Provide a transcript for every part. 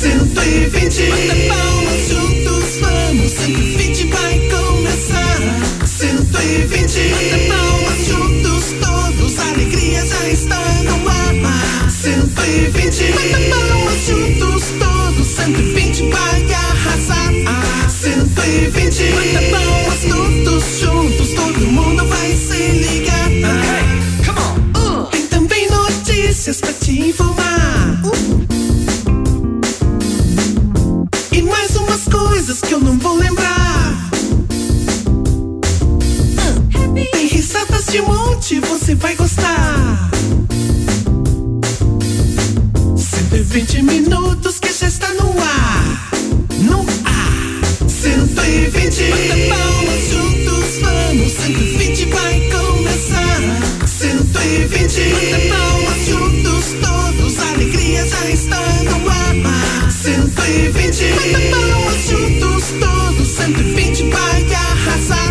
120 Bata palmas juntos, vamos 120 vai começar 120 Bata palmas juntos todos A alegria já está no ar 120 Bata palmas juntos todos 120 vai arrasar 120 Bata palmas todos juntos Todo mundo vai se ligar Tem também notícias pra te informar e mais umas coisas que eu não vou lembrar. Tem risadas de monte, você vai gostar. 120 minutos que já está no ar. No ar. 120. Bata palmas juntos, vamos. 120 vai começar. 120. Bata palmas juntos todos, a alegria já está no ar. 120. Bata palmas juntos todos, 120 vai arrasar.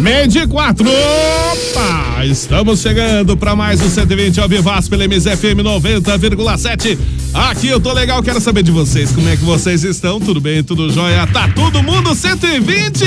Meio de quatro. Opa! Estamos chegando para mais um 120 ao Vivaço pela MZFM 90,7. Aqui eu tô legal, quero saber de vocês. Como é que vocês estão? Tudo bem? Tudo jóia? Tá todo mundo 120?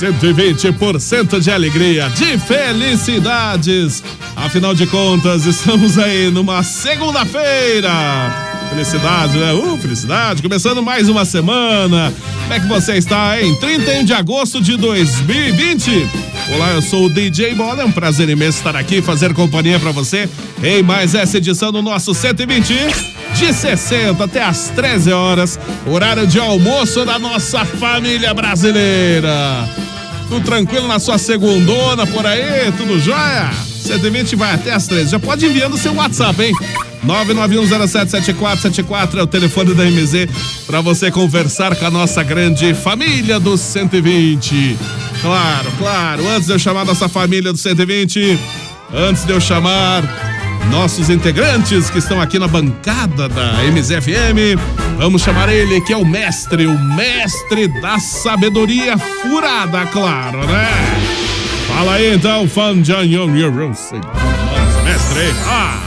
120% de alegria, de felicidades. Afinal de contas, estamos aí numa segunda-feira. Felicidade, né? Uh, felicidade. Começando mais uma semana. Como é que você está, hein? 31 de agosto de 2020. Olá, eu sou o DJ Bola. É um prazer imenso estar aqui, fazer companhia pra você em mais essa edição do nosso 120 de 60 até as 13 horas, horário de almoço da nossa família brasileira. Tudo tranquilo na sua segundona por aí? Tudo jóia? 120 vai até as 13. Já pode enviando seu WhatsApp, hein? 991077474 é o telefone da MZ para você conversar com a nossa grande família do 120. Claro, claro. Antes de eu chamar nossa família do 120, antes de eu chamar nossos integrantes que estão aqui na bancada da MZFM. Vamos chamar ele que é o mestre, o mestre da sabedoria furada, claro, né? Fala aí então, Fan Janyong Yorosen. Mestre, ah!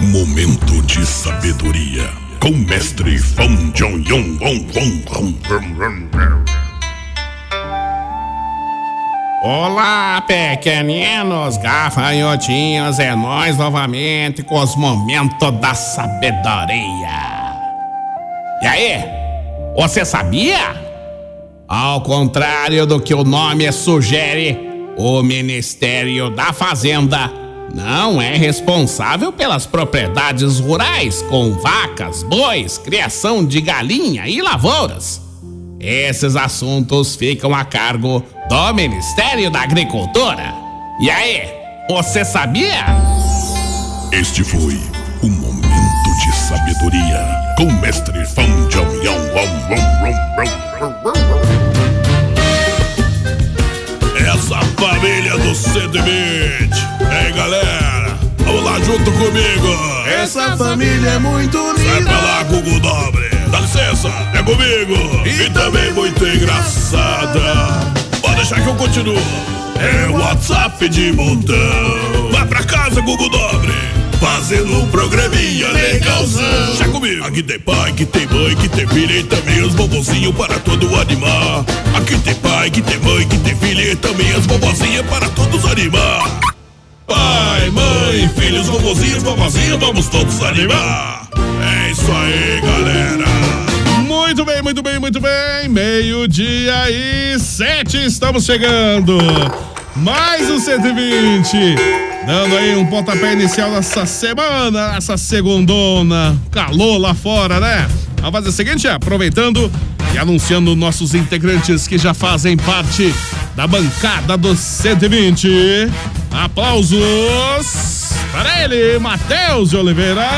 Momento de sabedoria com mestre Fan Jong Yong Hong Hong Hong Hong Hong Hong. Olá, pequeninos gafanhotinhos, é nós novamente com os momentos da sabedoria. E aí, você sabia? Ao contrário do que o nome sugere, o Ministério da Fazenda não é responsável pelas propriedades rurais com vacas, bois, criação de galinha e lavouras. Esses assuntos ficam a cargo do Ministério da Agricultura. E aí, você sabia? Este foi o momento de sabedoria com mestre Fan Jong Yong Wong Wong Wong Wong Wong. Essa família do 120. Ei, galera, vamos lá junto comigo. Essa família é muito Sai pra lá, Google Dobre. Dá licença, é comigo. E, também muito engraçada. Pode deixar que eu continuo. É WhatsApp de montão. Vai pra casa, Google Dobre. Fazendo um programinha legalzão. Já comigo. Aqui tem pai, que tem mãe, que tem filha e também os bobozinhos para todo animar. Aqui tem pai, que tem mãe, que e também as bobozinhas para todos animar. Pai, mãe, filhos, vovozinhos, bobozinhos, vamos todos animar. É isso aí, galera. Muito bem, muito bem, muito bem. Meio-dia e sete, estamos chegando. Mais um 120. Dando aí um pontapé inicial nessa semana, nessa segundona. Calor lá fora, né? A fazer o seguinte, aproveitando e anunciando nossos integrantes que já fazem parte da bancada do 120. Aplausos para ele, Matheus de Oliveira.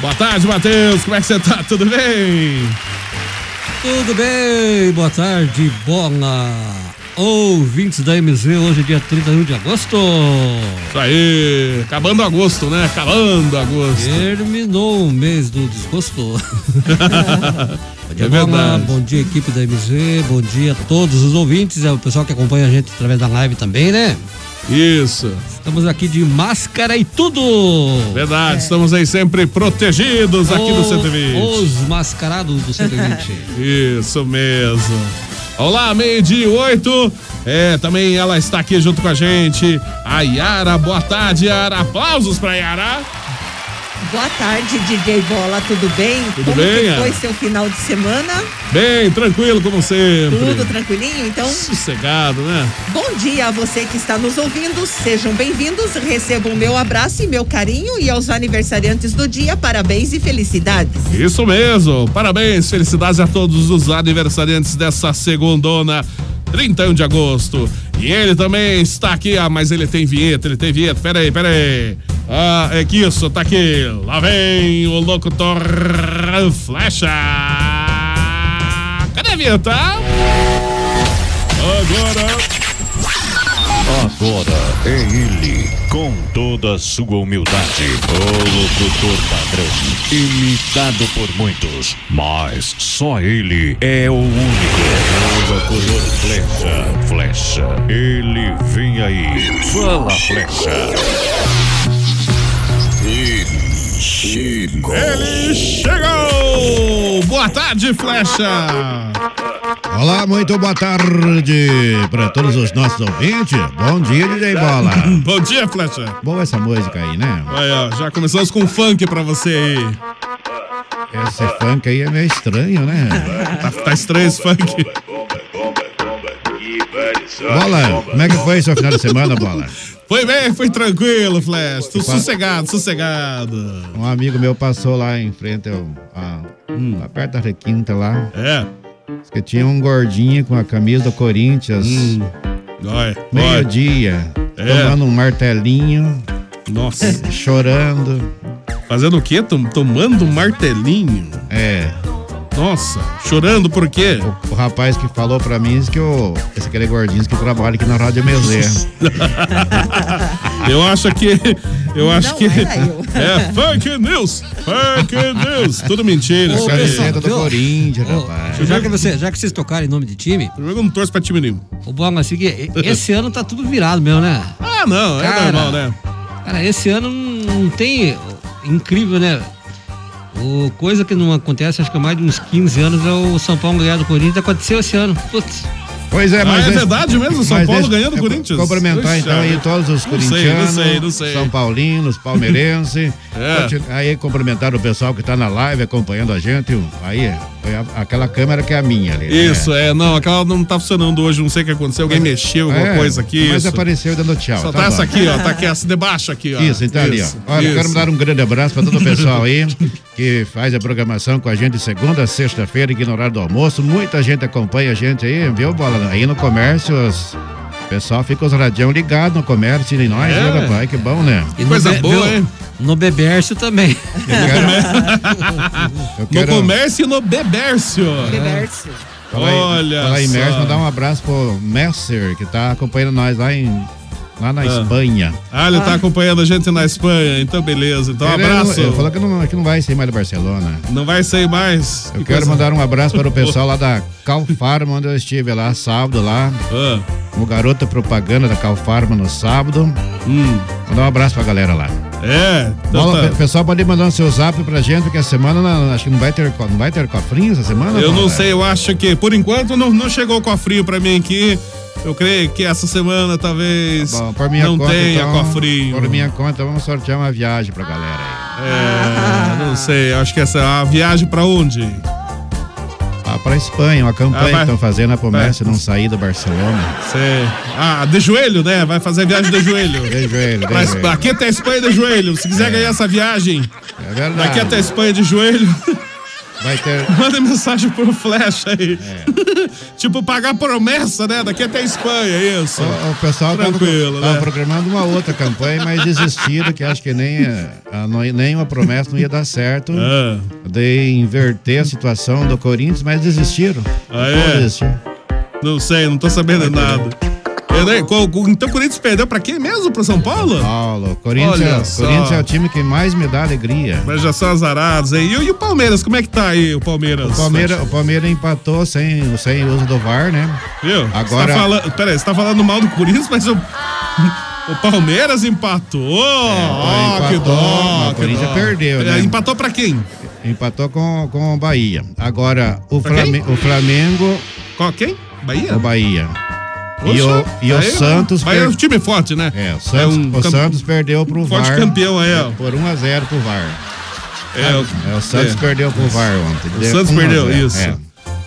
Boa tarde, Matheus. Como é que você tá? Tudo bem? Tudo bem? Boa tarde, bola. Ouvintes da MZ, hoje é dia 31 de agosto. Isso aí. Acabando agosto, né? Acabando agosto. Terminou o mês do desgosto. Bom dia, É bola. verdade. Bom dia, equipe da MZ. Bom dia a todos os ouvintes. É o pessoal que acompanha a gente através da live também, né? Isso. Estamos aqui de máscara e tudo. Verdade. Estamos aí sempre protegidos aqui no Ô, 120. Os mascarados do 120. Isso mesmo. Olá, meio dia oito. É, também ela está aqui junto com a gente. A Yara, boa tarde, Yara. Aplausos pra Yara. Boa tarde, DJ Bola, tudo bem? Tudo Como bem, que Ana? foi seu final de semana? Bem, tranquilo como sempre. Tudo tranquilinho? Então, Sossegado, né? bom dia a você que está nos ouvindo, sejam bem-vindos, recebam meu abraço e meu carinho e aos aniversariantes do dia, parabéns e felicidades. Isso mesmo. Parabéns, felicidades a todos os aniversariantes dessa segundona, 31 de agosto. E ele também está aqui. Ah, mas ele tem vinheta, ele tem vinheta. Pera aí, pera aí. Ah, é que isso, tá aqui. Lá vem o locutor Flecha. Cadê a vinheta? Agora... Agora é ele, com toda a sua humildade, o locutor padrão, imitado por muitos, mas só ele é o único. O locutor Flecha, Flecha, ele vem aí, fala Flecha. Ele chegou. Ele chegou! Boa tarde, Flecha! Olá, muito boa tarde para todos os nossos ouvintes. Bom dia, DJ Bola. Bom dia, Flecha! Boa essa música aí, né? Aí, ó, já começamos com funk pra você aí. Esse funk aí é meio estranho, né? Tá, tá estranho esse funk. Bola, como é que foi seu final de semana, Bola? Foi bem, foi tranquilo, Flash. Tô sossegado, sossegado. Um amigo meu passou lá em frente ao, a, hum, lá perto da requinta lá, É. disse que tinha um gordinho com a camisa do Corinthians, Hum, Olha, olha. meio-dia, É. tomando um martelinho, Nossa. chorando. Fazendo o quê? Tom- tomando um martelinho? É, Nossa. Chorando por quê? O rapaz que falou pra mim disse que o, esse aquele gordinho disse que trabalha aqui na Rádio MZ. Eu acho que. Eu acho Não que. era eu. É fake news! Fake news! Tudo mentira, Ô, isso aí. pessoal. Camiseta do viu? Corinthians, Ô, rapaz. já, que você, já que vocês tocaram em nome de time, Eu não torço pra time nenhum. o Bola, assim, que esse ano tá tudo virado mesmo, né? Ah, não, é Cara. normal, né? Cara, esse ano não tem. Incrível, né? O coisa que não acontece, acho que há mais de uns 15 anos, é o São Paulo ganhar do Corinthians. Aconteceu esse ano. Putz, Pois é, mas. Ah, é esse- verdade mesmo? São mas Paulo deixa- ganhando o eu Corinthians? Cumprimentar Puxa então aí vida. todos os Não sei, não corintianos, sei, não sei. São Paulinos, palmeirenses. É. Continu- Aí cumprimentar o pessoal que tá na live acompanhando a gente. Aí, é, foi a- aquela câmera que é a minha ali. né? Isso, é, não, aquela não tá funcionando hoje, não sei o que aconteceu, alguém mexeu alguma É, coisa aqui. Mas isso. apareceu dando tchau. Só tá tá essa bom. aqui, ó. Tá aqui essa de baixo aqui, ó. Isso, então ali, ó. Olha, isso. quero dar um grande abraço para todo o pessoal aí que faz a programação com a gente de segunda a sexta-feira, aqui no horário do almoço. Muita gente acompanha a gente aí, viu, Bola? Aí no comércio, os- o pessoal fica os radião ligado no comércio e nós, É. né, rapaz? Que bom, né? e no Coisa Be- boa, viu? hein? No Bebércio também. Eu quero, eu No quero comércio e no bebércio. Bebércio. falar, em- Olha falar em só. Mércio, mandar um abraço pro Messer, que tá acompanhando nós lá em lá na Espanha. Ah, ele tá acompanhando a gente na Espanha, então beleza. Então um Ele- é abraço. Ele falou que não, que não vai ser mais do Barcelona. Não vai sair mais. Eu Que quero coisa- mandar um abraço para o pessoal lá da Calfarma, onde eu estive lá sábado, lá, Ah, o garoto propaganda da Calfarma no sábado. hum. Mandar um abraço pra galera lá. É, então Bola, pe- tá. pessoal, pode mandar o seu zap pra gente, porque a semana não- acho que não vai ter, co- não vai ter cofrinho essa semana? Eu não Bola? sei, eu acho que por enquanto não, não chegou o cofrinho pra mim aqui. Eu creio que essa semana talvez Tá Bom, por minha não conta, tenha então, cofrinho. Ah. Por minha conta, vamos sortear uma viagem pra galera aí. É, não sei, acho que essa é uma viagem pra onde? Ah, pra Espanha, uma Ah, campanha vai. que estão fazendo a promessa de não sair do Barcelona. Sei. Ah, de joelho, né? Vai fazer viagem de joelho. De joelho, de Mas joelho. daqui até a Espanha é de joelho. Se quiser ganhar essa viagem, É verdade. daqui até a Espanha de joelho, Vai ter. manda mensagem pro Flash aí. É. tipo, pagar promessa, né? Daqui até a Espanha, isso. O, o pessoal estava Tranquilo, né? programando uma outra campanha, mas desistiram, que acho que nem, eh, a, não- nem uma promessa não ia dar certo Ah. de inverter a situação do Corinthians, mas desistiram. Ah, Não é? desistiu. Não sei, não tô sabendo nada. Eu nem- qual- qual- então o Corinthians perdeu pra quem mesmo? Pro São Paulo? Paulo, Corinthians, Olha é- só. Corinthians é o time que mais me dá alegria. Mas já são azarados aí. E, o- e o Palmeiras, como é que tá aí o Palmeiras? O Palmeiras, o Palmeiras empatou sem, sem o uso do VAR, né? Viu? Você Agora- tá falando, peraí, você tá falando mal do Corinthians, mas o, o Palmeiras empatou. Ó, É, empatou, que mas dó. o que Corinthians dó. perdeu, né? É, Empatou pra quem? Empatou com, com o Bahia. Agora, o, Pra quem? Flame- o Flamengo, Qual, quem? Bahia? o Bahia. E Poxa, o, e o Bahia- Santos Bahia é um perdeu. time forte, né? É, o Santos, É um o cam- Santos perdeu pro Forte VAR. campeão aí, ó. Por 1x0 pro VAR. É, É, o Santos é. perdeu um pro VAR ontem. O Santos perdeu, isso.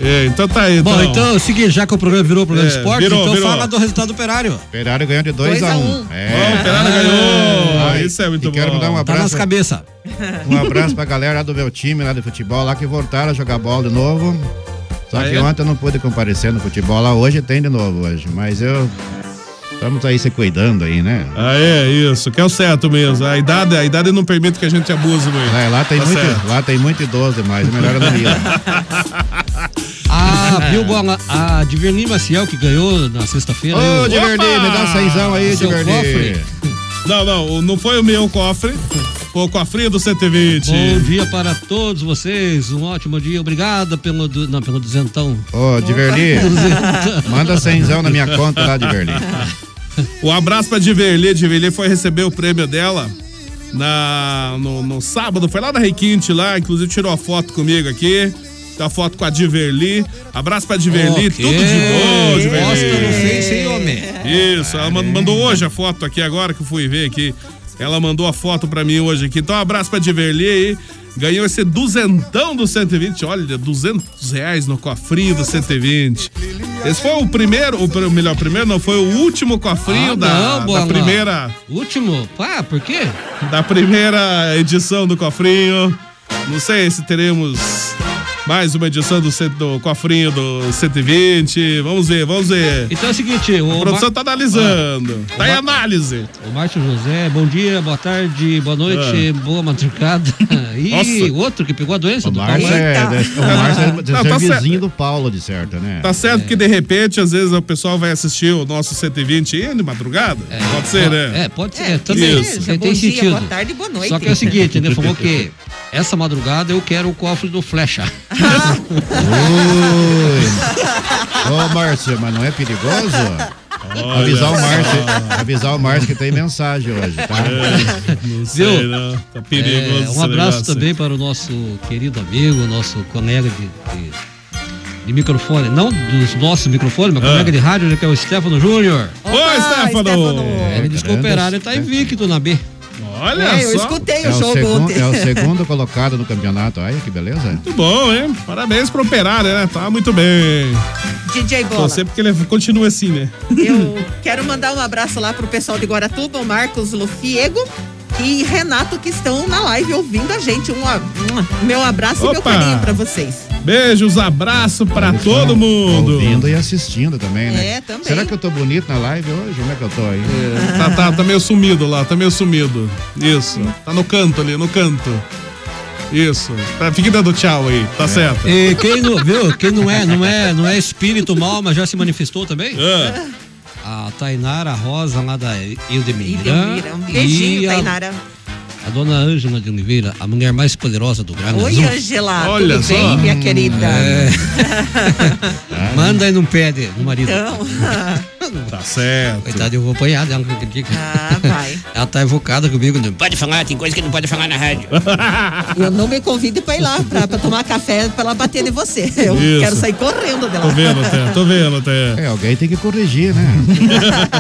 É, então tá aí. Bom, então é o seguinte, já que o programa virou o programa É, de esporte, virou, então virou. fala do resultado do operário. O Operário ganhou de 2x1. Dois a Um. um. Ó, o É. Ferrari ganhou. Ai, Isso é muito e quero bom. mandar um Tá nas abraço, cabeças. um abraço pra galera lá do meu time, lá do futebol, lá que voltaram a jogar bola de novo. Só Ah, que é? ontem eu não pude comparecer no futebol lá, hoje tem de novo hoje. Mas eu. Estamos aí se cuidando aí, né? Ah, é, isso, que é o certo mesmo. A idade, a idade não permite que a gente abuse muito. Lá, lá tem Tá certo. muito, lá tem muito idoso demais, é melhor eu não ir lá. A Bilbola, a Diverni Maciel, que ganhou na sexta-feira. Ô, aí, Diverdi, me dá um seisão aí, Seu Diverdi. cofre. Não, não, o- não foi o meu cofre. Foi o cofrinho do 120. Bom dia para todos vocês, um ótimo dia, obrigada pelo, du- não, pelo duzentão. Ô, Diverli, manda cenzão na minha conta lá, Diverli. Um abraço pra Diverlê. Diverlê foi receber o prêmio dela na, no, no sábado. Foi lá na Requinte, lá. Inclusive tirou a foto comigo aqui. Tá a foto com a Diverli. Abraço pra Diverli. Ok. Tudo de bom, Bosta não Diverli. fez, hein, homem? Isso, ela man- mandou hoje a foto aqui agora que eu fui ver aqui. Ela mandou a foto pra mim hoje aqui. Então, um abraço pra Diverli aí. Ganhou esse duzentão do 120. Olha, 200 reais no cofrinho do 120. Esse foi o primeiro, o pr- melhor, primeiro não, foi o último cofrinho Ah, da, não, da Bola. primeira, Último, pá, por quê? da primeira edição do cofrinho. Não sei se teremos mais uma edição do, cento- do cofrinho do 120. Vamos ver, vamos ver. Então é o seguinte, o, A Ma- produção tá analisando. Tá em análise. o Márcio José, bom dia, boa tarde, boa Ah. noite, boa madrugada. Nossa. E outro que pegou a doença O do Márcio é, o Eita. Márcio é de Não, tá ser certo. vizinho do Paulo, de certo, É. né? Tá certo que de repente, às vezes, o pessoal vai assistir o nosso 120 aí de madrugada? Pode ser, né? É, pode ser, É, também. Isso. Tem, Bom tem dia, sentido. boa tarde, boa noite. Só que é o seguinte, né? Falou que essa madrugada eu quero o cofre do Flecha. Ui. Ô, Márcio, mas não é perigoso? avisar o Márcio, avisar o Márcio que tem mensagem hoje, tá? É, Não Viu? não. Tá É, perigoso. um abraço também para o nosso querido amigo, nosso colega de, de, de microfone. Não dos nossos microfones, mas Ah. colega de rádio, né, que é o Stefano Júnior. É, Ô, Stefano! Ele caramba, descooperado, ele tá invicto na B. Olha É, eu só. escutei É um o o, jogo segundo, ontem. é o segundo colocado no campeonato, olha que beleza. Muito bom, hein? Parabéns pro operário, né? Tá muito bem. DJ Bola. Torcer porque ele continua assim, né? Eu quero mandar um abraço lá pro pessoal de Guaratuba, o Marcos Lufiego e Renato que estão na live ouvindo a gente. Um, a- um meu abraço e meu Opa! carinho pra vocês. Beijos, abraço pra todo mundo. Ouvindo e assistindo também, né? É, também. Será que eu tô bonito na live hoje? Como é que eu tô aí? Tá, tá, tá meio sumido lá, tá meio sumido. Isso. Tá no canto ali, no canto. Isso. Tá, fique dando tchau aí, É. tá certo. E quem não, viu? Quem não é, não é, não é espírito mal, mas já se manifestou também? Ah. A Tainara Rosa lá da Ildemira. Idemira, um beijinho, e a, Tainara. a dona Ângela de Oliveira, a mulher mais poderosa do Grande Oi, Angela. Olha Tudo só. bem, minha É. querida? Manda e não pede no marido. Então, falando. Tá certo. Coitado, eu vou apanhar dela qualquer dia. Ah, vai. Ela tá evocada comigo. Não pode falar, tem coisa que não pode falar na rádio. Eu não me convido pra ir lá, pra, pra tomar café, pra ela bater em você. Eu Isso. quero sair correndo dela. Tô vendo tá. até, tô vendo até. É, alguém tem que corrigir, né?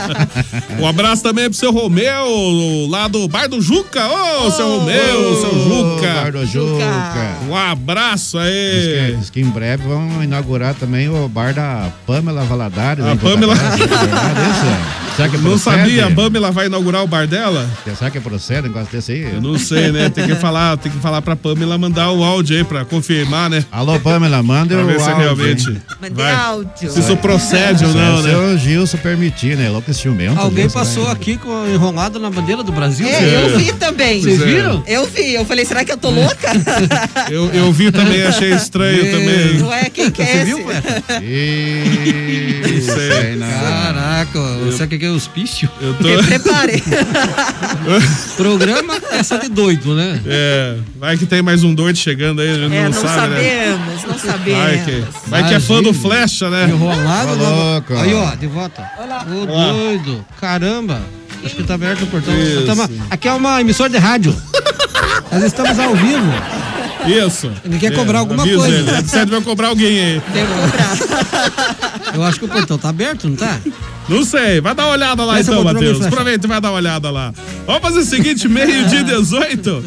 Um abraço também pro seu Romeu, lá do Bar do Juca. Ô, seu Romeu, seu Juca. Eduardo Juca. Um abraço Diz que, é, aí. diz que em breve vão inaugurar também o bar da Pamela Valadares. A em Ponta Pamela- Grossa. É verdade isso? é. Será que Não procede? sabia, a Pamela vai inaugurar o bar dela? Será que procede um negócio desse aí? Eu não sei, né? Tem que falar, tem que falar pra Pamela mandar o áudio aí pra confirmar, né? Alô, Pamela, manda Pra o ver se áudio, hein? realmente. Mandei Vai. áudio. Se isso procede ou não, se né? o Gilson permitir, né? Louco esse ciumento. Alguém Gilson, passou né? aqui com enrolado na bandeira do Brasil? É, eu vi também. Vocês viram? Eu vi, eu falei, será que eu É. tô louca? Eu, eu vi também, achei estranho também. Não é quem quer Você esse? viu, ué? Ih, Sei. sei não. Caraca, você que é os pístios? Eu Me tô. prepare. Programa essa de doido, né? É, vai que tem mais um doido chegando aí, a gente É, não, não sabe, né? sabemos, não Vai sabemos. que, vai que é fã do Flecha, né? Enrolado, Ô, né? louco. Aí, ó, de volta. Ô, Olá. doido. Caramba. Acho que tá aberto o portão. Isso. Tamo- Aqui é uma emissora de rádio. Nós estamos ao vivo. Isso. Ele quer cobrar alguma É, avisa coisa. Ele. é Você vai cobrar alguém aí. Eu acho que o portão tá aberto, não tá? Não sei, vai dar uma olhada lá Mas eu então, vou pra Matheus. mim, Flecha. Aproveita e vai dar uma olhada lá. Vamos fazer o seguinte, meio-dia 18.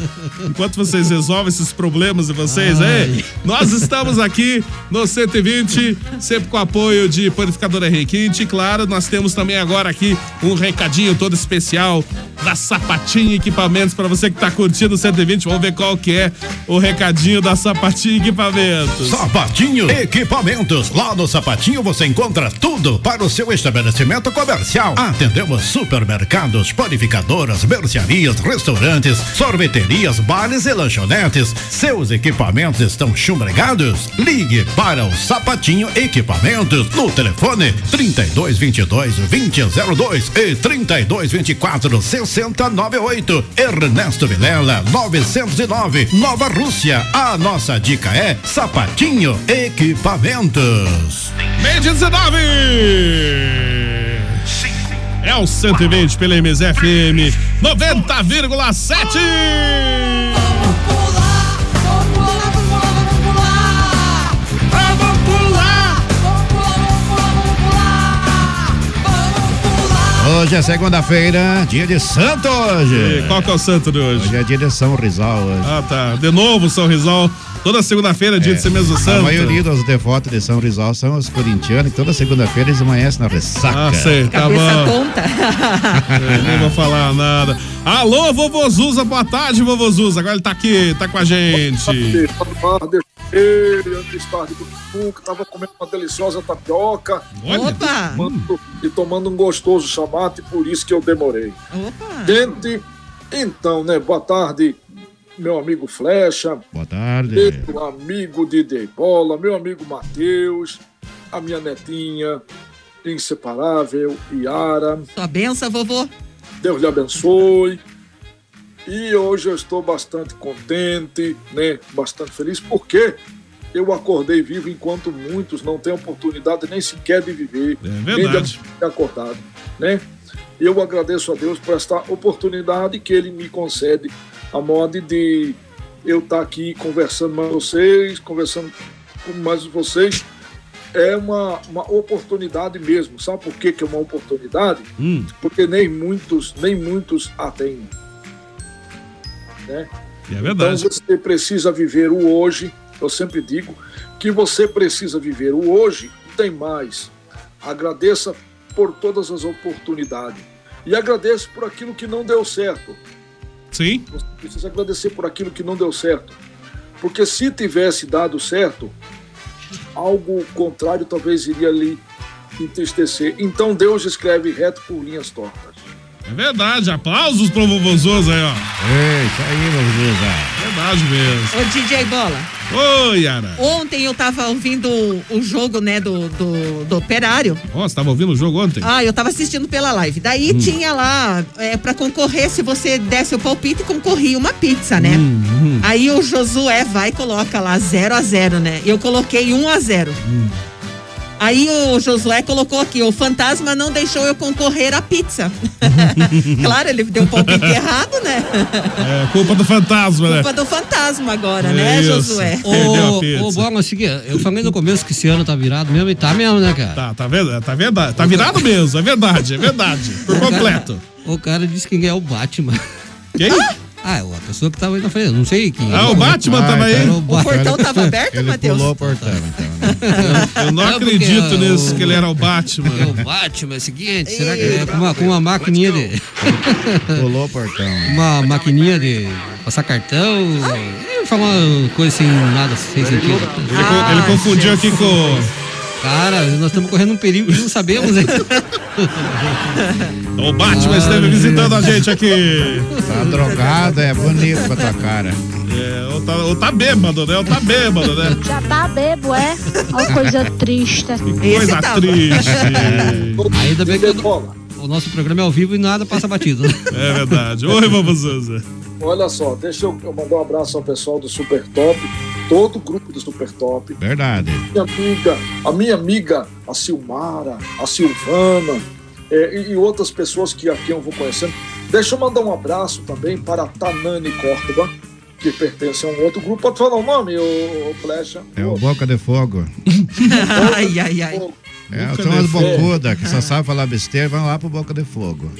Enquanto vocês resolvem esses problemas de vocês aí, nós estamos aqui no 120, sempre com o apoio de Panificadora Requinte. E claro, nós temos também agora aqui um recadinho todo especial da Sapatinha Equipamentos para você que tá curtindo o 120. Vamos ver qual que é o recadinho da Sapatinha Equipamentos. Sapatinho Equipamentos. Lá no Sapatinho você encontra tudo para o seu estabelecimento comercial. Atendemos supermercados, panificadoras, mercearias, restaurantes, sorveterias, bares e lanchonetes. Seus equipamentos estão chumbregados? Ligue para o Sapatinho Equipamentos no telefone 3222 2002 e 3224 6098. Ernesto Vilela 909, Nova Rússia. A nossa dica é Sapatinho Equipamentos. Meio dia 19! É o 120 pela MSFM 90,7! Hoje é segunda-feira, dia de santo hoje. E Qual que é o santo de hoje? Hoje é dia de São Rizal hoje. Ah, tá. De novo, São Rizal. Toda segunda-feira é dia de ser mesmo A santo. maioria dos devotos de São Rizal são os corintianos, que toda segunda-feira eles amanhecem na ressaca. Ah, sei, tá Cabeça bom. tonta. Eu nem vou falar nada. Alô, vovô Zuza, boa tarde, vovô Zuza. Agora ele tá aqui, tá com a gente. Ele, antes tarde do que nunca, tava comendo uma deliciosa tapioca Olha, Opa, tomando- e tomando um gostoso chamate, por isso que eu demorei. opa. Gente, então, né, boa tarde, meu amigo Flecha, Boa tarde. meu amigo Didei Bola, meu amigo Matheus, a minha netinha inseparável, Yara. Sua benção, vovô. Deus lhe abençoe. E hoje eu estou bastante contente, né? Bastante feliz, porque eu acordei vivo enquanto muitos não têm oportunidade nem sequer de viver, É nem de verdade. acordar acordado, né? E eu agradeço a Deus por esta oportunidade que Ele me concede, a modo de eu estar aqui conversando com vocês, conversando com mais vocês. É uma, uma oportunidade mesmo. Sabe por que, que é uma oportunidade? Hum, porque nem muitos, nem muitos a têm. é Então verdade. você precisa viver o hoje. Eu sempre digo que você precisa viver o hoje. Tem mais. Agradeça por todas as oportunidades e agradeça por aquilo que não deu certo. Sim, Você precisa agradecer por aquilo que não deu certo, porque se tivesse dado certo, algo contrário talvez iria lhe entristecer. Então Deus escreve reto por linhas tortas. é verdade. Aplausos pro vovô Zuza aí, ó. É Ei, É, isso aí, meu Rizal. Verdade mesmo. Ô, DJ Bola. Ô, Yara. Ontem eu tava ouvindo o jogo, né, do, do, do Operário. Ó, você tava ouvindo o jogo ontem? Ah, eu tava assistindo pela live. Daí Hum. tinha lá, é, pra concorrer, se você desse o palpite, concorria uma pizza, né? Hum. Aí um hum. o Josué vai e coloca lá 0 a 0 né? Eu coloquei 1 a 0 Aí o Josué colocou aqui, o fantasma não deixou eu concorrer à pizza. claro, ele deu o palpite errado, né? É, culpa do fantasma, né? Culpa do fantasma agora, né, Isso. Josué? Perdeu a pizza. Ô, Bola, é o seguinte, eu falei no começo que esse ano tá virado mesmo e tá mesmo, né, cara? Tá, tá vendo? Tá verdade. Tá virado mesmo, é verdade, é verdade. Por completo. O cara disse que é o Batman. Quem? Ah, é a pessoa que tava aí na frente, não sei quem. Ah, o Batman tava aí? Era Batman. Ele pulou o portão, então. né? Eu não Não, porque acredito o- nisso que ele era o Batman. É o Batman, é o seguinte, será que é com uma, com uma maquininha de. Pulou o portão. Uma maquininha de passar cartão. Ele falou uma coisa sem nada, sem sentido. Ele, co- ele confundiu aqui com. Cara, nós estamos correndo um perigo que não sabemos, hein? É O Batman esteve visitando a gente aqui. Tá drogado, é bonito pra tua cara. É, ou tá, ou tá bêbado, né? Ou tá bêbado, né? Já tá bebo, é? Olha coisa triste. Coisa tá triste. Ainda bem que o, o nosso programa é ao vivo e nada passa batido. né? É verdade. Oi, Babuzuza. Olha só, deixa eu mandar um abraço ao pessoal do Super Top, todo o grupo do Super Top. Verdade. minha amiga, a minha amiga, a Silmara, a Silvana eh, e, e outras pessoas que aqui eu vou conhecendo. Deixa eu mandar um abraço também para a Tanane Córdoba, que pertence a um outro grupo. Pode falar o nome, ô, ô Flecha? É o Boca de Fogo. ai, ai, ai. É, Boca são de as Fogo. bocudas que só sabem falar besteira, vão lá pro Boca de Fogo.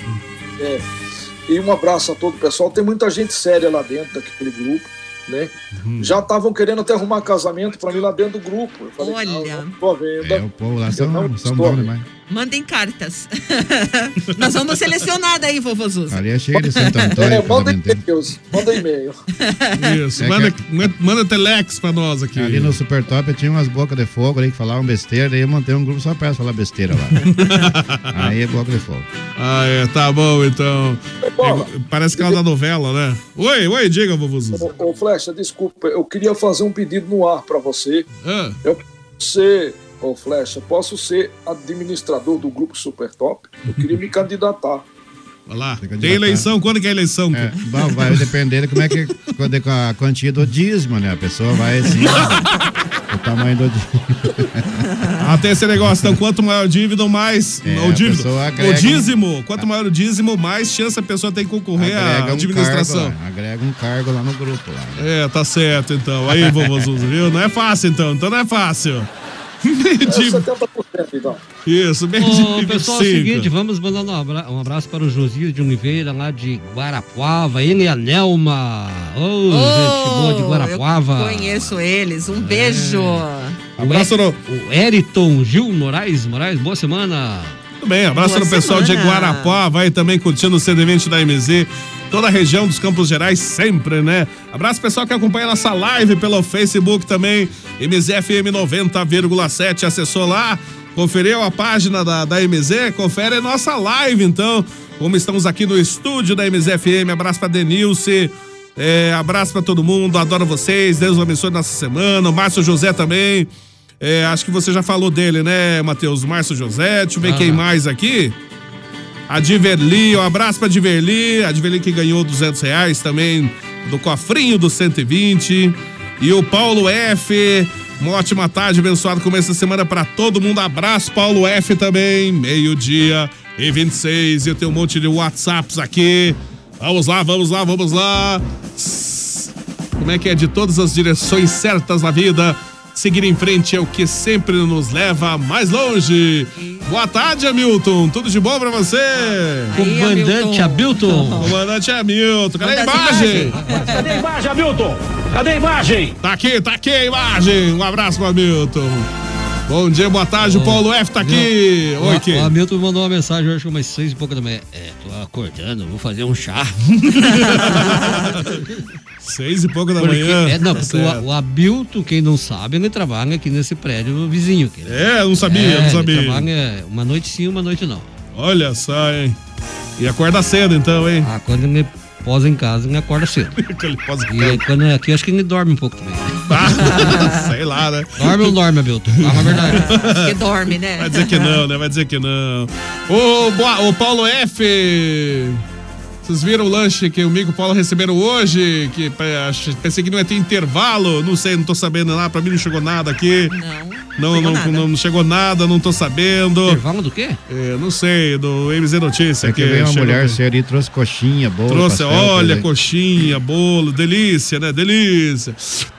É. E um abraço a todo o pessoal. Tem muita gente séria lá dentro daquele grupo, né? Uhum. Já estavam querendo até arrumar casamento para mim lá dentro do grupo. Eu falei, Olha. Não, não tô à venda. É, o povo lá são, não são estou. bons demais. Mandem cartas. Nós vamos selecionar daí, vovô Zuza. Ali é cheio de Santo Antônio. É, manda e-mails, manda e-mail. Isso, É que manda, manda telex pra nós aqui. Ali no Super Top tinha umas bocas de fogo ali que falavam besteira, daí eu montei um grupo só pra elas falar besteira lá. Aí é boca de fogo. Ah, é, tá bom, então. É, parece que ela da novela, né? Oi, oi, diga, Babuzuza. Ô, ô, Flecha, desculpa, eu queria fazer um pedido no ar para você. Ah. Eu posso ser, ô Flecha, posso ser administrador do grupo Super Top? Eu queria me candidatar. Olha lá. Tem eleição, quando que é a eleição? Bom, vai depender de como é que de- com a quantia do dízimo, né? A pessoa vai assim. o tamanho do dízimo. Ah, tem esse negócio, então quanto maior o dívido, mais. É, o, a dívido, pessoa agrega- o dízimo, quanto maior o dízimo, mais chance a pessoa tem que concorrer à Agrega um, administração. cargo lá, agrega um cargo lá no grupo lá. É, tá certo então. Aí, vovô Zuza, viu? Não é fácil então, então não é fácil. Meio-dia- Isso, bem Ô, de pessoal, é o seguinte, vamos mandando um abra- um abraço para o Josias de Oliveira, lá de Guarapuava. Ele e a Nelma. Ô, gente boa de Guarapuava. Eu conheço eles. É. Um beijo. Abraço no... O Eriton Gil Moraes. Moraes, boa semana. Tudo bem, abraço Boa no pessoal de semana. Guarapó, vai também curtindo o CD20 da MZ, toda a região dos Campos Gerais sempre, né? Abraço pessoal que acompanha nossa live pelo Facebook também, MZFM 90,7, acessou lá, conferiu a página da, da MZ, confere nossa live então, como estamos aqui no estúdio da MZFM, abraço pra Denilce, é, abraço pra todo mundo, adoro vocês, Deus abençoe nossa semana, o Márcio José também. É, acho que você já falou dele, né, Matheus? O Márcio José, deixa eu ver Ah. quem mais aqui. A Diverli, um abraço pra Diverli, a Diverli que ganhou 200 reais também do cofrinho do 120. E o Paulo F, uma ótima tarde, abençoado começo da semana pra todo mundo. Abraço, Paulo F também, meio-dia e 26. E eu tenho um monte de WhatsApps aqui. Vamos lá, vamos lá, vamos lá. Como é que é de todas as direções certas na vida? Seguir em frente é o que sempre nos leva mais longe. Boa tarde, Hamilton. Tudo de bom pra você? Comandante Hamilton. Comandante Hamilton. Cadê a Comandante imagem? Cadê a imagem, Hamilton? Cadê a imagem? Tá aqui, tá aqui a imagem. Um abraço pro Hamilton. Bom dia, boa tarde. O Paulo F tá aqui. O- Oi, Kim. O Hamilton me mandou uma mensagem hoje, umas seis e pouca da manhã. É, tô acordando, vou fazer um chá. Seis e pouco da Porque- manhã. É, não, Tá porque o, certo. o Hamilton, quem não sabe, ele trabalha aqui nesse prédio vizinho. aqui, né? É, eu não sabia, eu não ele sabia. trabalha uma noite sim, uma noite não. Olha só, hein? E acorda cedo então, hein? Ah, quando ele posa em casa, ele acorda cedo. ele posa Tá. e aí, quando é aqui, acho que ele dorme um pouco também. Sei lá, né? Dorme ou não dorme, Hamilton? Fala a verdade. Que dorme, né? Vai dizer que não, né? Vai dizer que não. Ô, boa- ô Paulo F. Vocês viram o lanche que o Mico e o Paulo receberam hoje? Que pra- ach- pensei que não ia ter intervalo. Não sei, não tô sabendo lá. Pra mim não chegou nada aqui. Não, não, não, não, chegou nada, não tô sabendo. Intervalo do quê? não sei, do MZ Notícia. É que veio uma chegou mulher pra- séria e trouxe coxinha, boa. Trouxe, pastel, coisa olha, aí. coxinha, bolo, delícia, né? Delícia.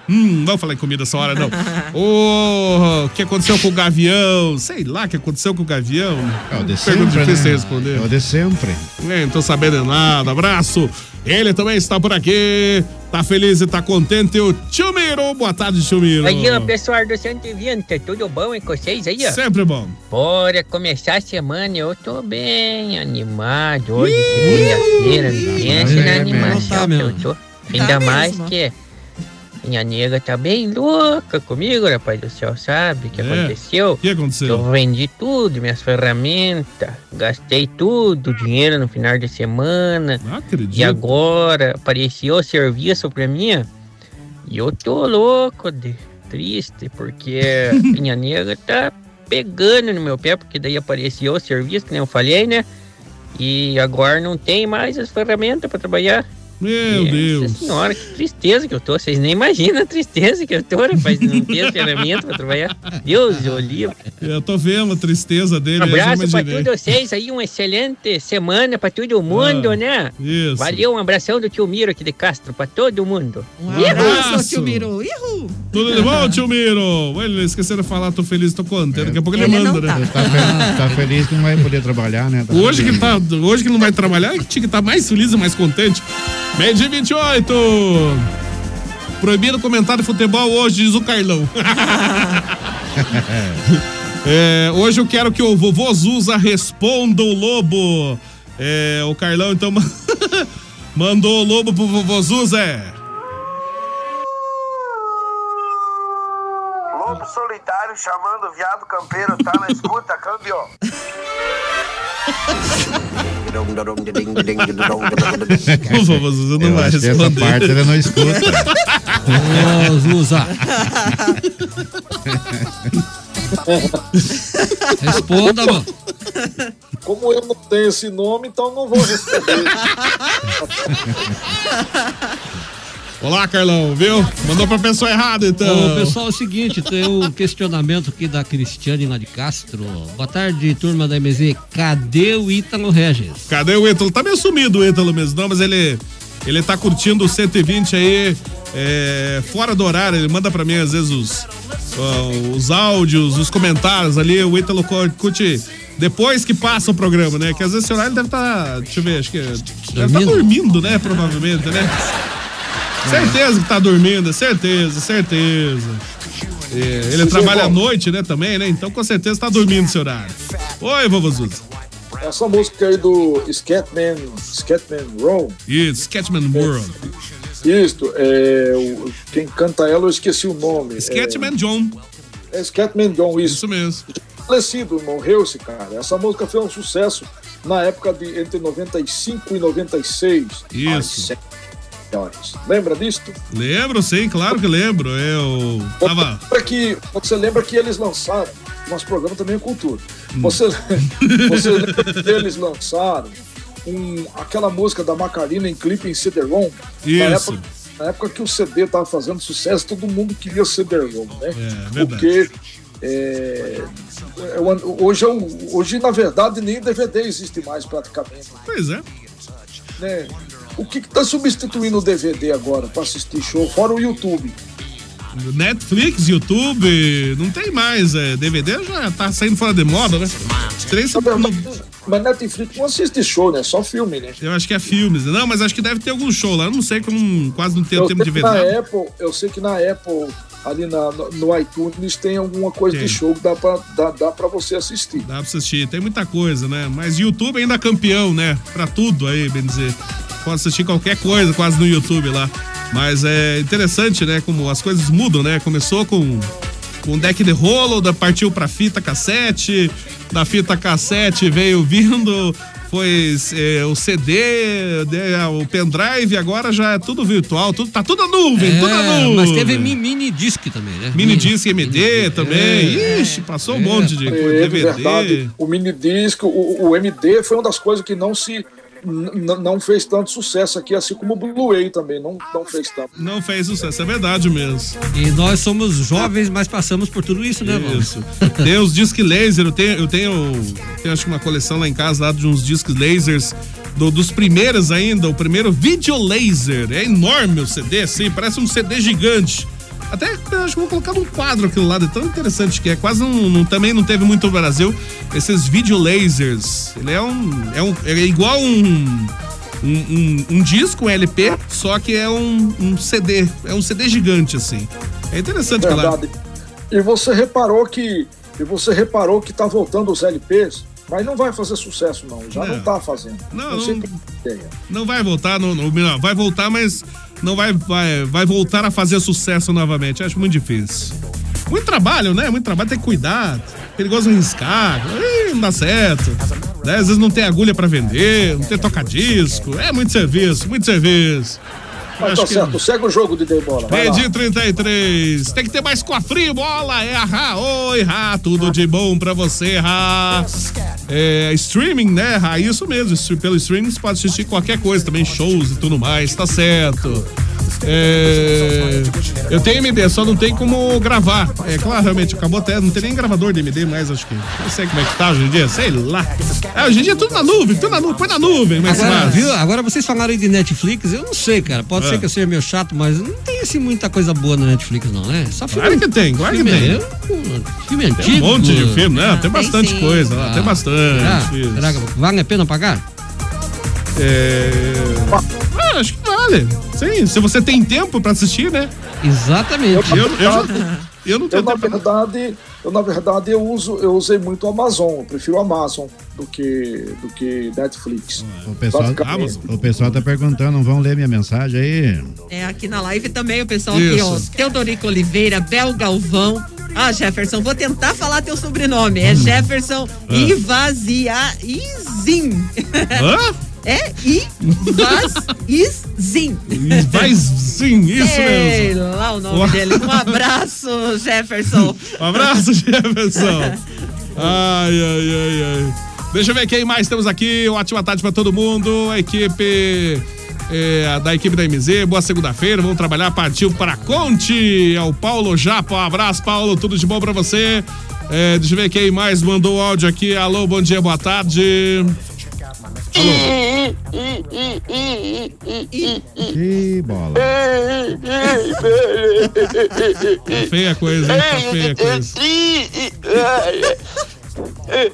Hum, não falei comida essa hora, não. Ô, O que aconteceu com o Gavião? Sei lá o que aconteceu com o Gavião. né? É o de Pergunta sempre, difícil de né? responder. É o de sempre. É, não tô sabendo de nada. Abraço. Ele também está por aqui. Tá feliz e tá contente. O Tio Miro. Boa tarde, Tio Miro. Aí, ó, pessoal do 120, é tudo bom hein, com vocês aí? Ó? Sempre bom. Bora começar a semana, eu tô bem animado hoje, segunda-feira, ambiente na é, animação que eu tô. Ainda Tá mais mesmo. que minha nega tá bem louca comigo, rapaz do céu, sabe o que É, aconteceu? O que aconteceu? Eu vendi tudo, minhas ferramentas, gastei tudo, dinheiro no final de semana. Não acredito. E agora apareceu o serviço pra mim, e eu tô louco de triste, porque minha nega tá pegando no meu pé, porque daí apareceu o serviço, que nem eu falei, né? E agora não tem mais as ferramentas pra trabalhar. Meu Deus! Senhora, que tristeza que eu tô. Vocês nem imaginam a tristeza que eu tô, né? rapaz, de não ter as ferramentas pra trabalhar. Deus, eu li. Eu tô vendo a tristeza dele. Um eu já abraço pra imaginei. todos vocês aí, uma excelente semana pra todo mundo, né? Ah, Isso. Valeu, um abração do tio Miro aqui de Castro pra todo mundo. Um abraço, Ihu! tio Miro. Tudo de bom, Tio Miro? Ele esqueceram de falar, tô feliz, tô contente. Daqui a pouco ele, manda, né? É. Tá, fe- tá feliz que não vai poder trabalhar, né? Tá Hoje que, feliz. tá, hoje que não vai trabalhar, que tinha que estar mais feliz e mais contente. Meio dia 28. Proibido comentar de futebol hoje, diz o Carlão. É, hoje eu quero que o vovô Zuza responda o lobo. É, o Carlão, então, ma- mandou o lobo pro vovô é. Zuza. Lobo solitário chamando o viado campeiro, tá na escuta, câmbio. O vovô Zuza não Eu vai acho que essa responder. parte ele não escuta. Ô, Zuza. Responda, mano. Como eu não tenho esse nome, então não vou responder. Olá, Carlão, viu? Mandou pra pessoa errada, então. Ô, pessoal, é o seguinte, tem um questionamento aqui da Cristiane lá de Castro. Boa tarde, turma da MZ. Cadê o Ítalo Regis? Cadê o Ítalo? Tá meio sumido o Ítalo mesmo, não, mas ele, ele tá curtindo o 120 aí, é, fora do horário. Ele manda pra mim, às vezes, os, ó, os áudios, os comentários ali. O Ítalo cu- curte depois que passa o programa, né? Que às vezes esse horário ele deve estar. deixa eu ver, acho que. Deve tá Dormindo? dormindo, né? Provavelmente, né? Certeza que tá dormindo, certeza, certeza. É, ele trabalha à noite, né, também, né? Então com certeza tá dormindo esse horário. Oi, vovô Zuza. Essa música aí do Scatman, Scatman Roll. Isso, Sketchman World. Isso, é, o- quem canta ela eu esqueci o nome. Sketchman John. É Scatman John, isso. Isso mesmo. Falecido, morreu-se, cara. Essa música foi um sucesso na época de entre 95 e 96. Isso. Lembra disso? Lembro, sim, claro que lembro. Eu tava. Lembra que, você lembra que eles lançaram, nosso programa também é cultura. Hum. Você, você lembra que eles lançaram um- aquela música da Macarina em clipe em CD-ROM? Isso. Na época, na época que o CD tava fazendo sucesso, todo mundo queria CD-ROM, É, né? Porque é, é o- hoje, é o- hoje, na verdade, nem DVD existe mais praticamente. Pois é. Né? O que está substituindo o DVD agora para assistir show? Fora o YouTube. Netflix, YouTube, não tem mais. É, DVD já tá saindo fora de moda, né? Três, Mas Netflix não assiste show, né? Só filme, né? Eu acho que é filmes. Não, mas acho que deve ter algum show lá. Eu não sei como quase não tem o Eu tempo de sei que ver na nada. Apple, eu sei que na Apple, ali na- no, no iTunes, tem alguma coisa de show que dá pra, dá, dá pra você assistir. Dá pra assistir, tem muita coisa, né? Mas YouTube ainda é campeão, né? Pra tudo aí, bem dizer. Pode assistir qualquer coisa quase no YouTube lá. Mas é interessante, né? Como as coisas mudam, né? Começou com com deck de rolo, da partiu pra fita cassete, da fita cassete veio vindo, foi é, o CD, né, o pendrive, agora já é tudo virtual, tudo, tá tudo na nuvem, tudo na É, nuvem. mas teve mi- É. mini disc também, né? Mini disc MD também. Ixi, passou um monte de É, coisa. é DVD. verdade, o minidisco, o, o MD foi uma das coisas que não se n- não fez tanto sucesso aqui, assim como o Blu-ray também, não, não fez tanto. Não fez sucesso, é verdade mesmo. E nós somos jovens, mas passamos por tudo isso, né, mano? Isso. Tem os discos laser, eu tenho, eu tenho, eu tenho acho que uma coleção lá em casa lá de uns discos lasers. do- dos primeiros ainda, o primeiro vídeo laser. É enorme o CD, assim, parece um CD gigante. Até eu acho que vou colocar num quadro aquilo lá, é tão interessante que é. Quase não, não- também não teve muito no Brasil. Esses vídeo lasers. Ele é um. É, um, é igual um. Um, um- um disco, um LP, só que é um, um CD. É um CD gigante, assim. É interessante, claro. Verdade. E você reparou que e você reparou que tá voltando os LPs, mas não vai fazer sucesso não, já não, Não. tá fazendo. Não, sei não- tem ideia. Não vai voltar, não, não, não, vai voltar, mas não vai, vai, vai voltar a fazer sucesso novamente. Acho muito difícil. Muito trabalho, né? Muito trabalho, tem que cuidar. Perigoso arriscar. Ih, não dá certo. Né? Às vezes não tem agulha pra vender, não tem toca-disco. É muito serviço, muito serviço. Mas Acho tá que- certo, segue o jogo de Dei Bola. vai lá. Meio 33. Tem que ter mais cofrinho, bola. É a Ra. Oi, Ra. Tudo de bom pra você, Ra. É, streaming, né, Ra? Isso mesmo. isso- Pelo streaming você pode assistir qualquer coisa também, shows e tudo mais. Tá certo. É, eu tenho MD, só não tem como gravar. É claro, realmente, acabou até. Não tem nem gravador de MD mais, acho que. Não sei como é que tá hoje em dia, sei lá. É, hoje em dia é tudo na nuvem, tudo na nuvem, põe na nuvem, mas Agora, claro. ah, viu? Agora vocês falaram aí de Netflix, eu não sei, cara. Pode É. ser que eu seja meio chato, mas não tem assim muita coisa boa na Netflix, não, né? Só Claro que tem, claro que filme- tem. é, Filme antigo. Tem um monte de filme, né? Tem Ah, bastante sim. coisa lá, tem bastante. Será? Será que vale a pena pagar? É... Ah, acho que vale. Sim, se você tem tempo pra assistir, né? Exatamente. Eu, eu já- eu não tenho na verdade, eu na verdade eu uso, eu usei muito o Amazon, eu prefiro o Amazon do que do que Netflix. O pessoal, ah, Basicamente. o pessoal tá perguntando, não vão ler minha mensagem aí? É, aqui na live também o pessoal aqui, ó. Isso. Teodorico Oliveira, Bel Galvão. Ah, Jefferson, vou tentar falar teu sobrenome. É Jefferson Ah. Ivazizin. Hã? É Ivazizin. Vai sim, isso Sei mesmo. lá o nome dele. Um abraço, Jefferson. Um abraço, Jefferson. Ai, ai, ai, ai. Deixa eu ver quem mais temos aqui. Uma ótima tarde pra todo mundo. A equipe é, a da equipe da MZ. Boa segunda-feira. Vamos trabalhar. Partiu para Conte. É o Paulo Japa. Um abraço, Paulo. Tudo de bom pra você. É, deixa eu ver quem mais mandou o áudio aqui. Alô, bom dia, boa tarde. Ih, bola. Tá feia a É, coisa, hein? Tá feia a coisa. é,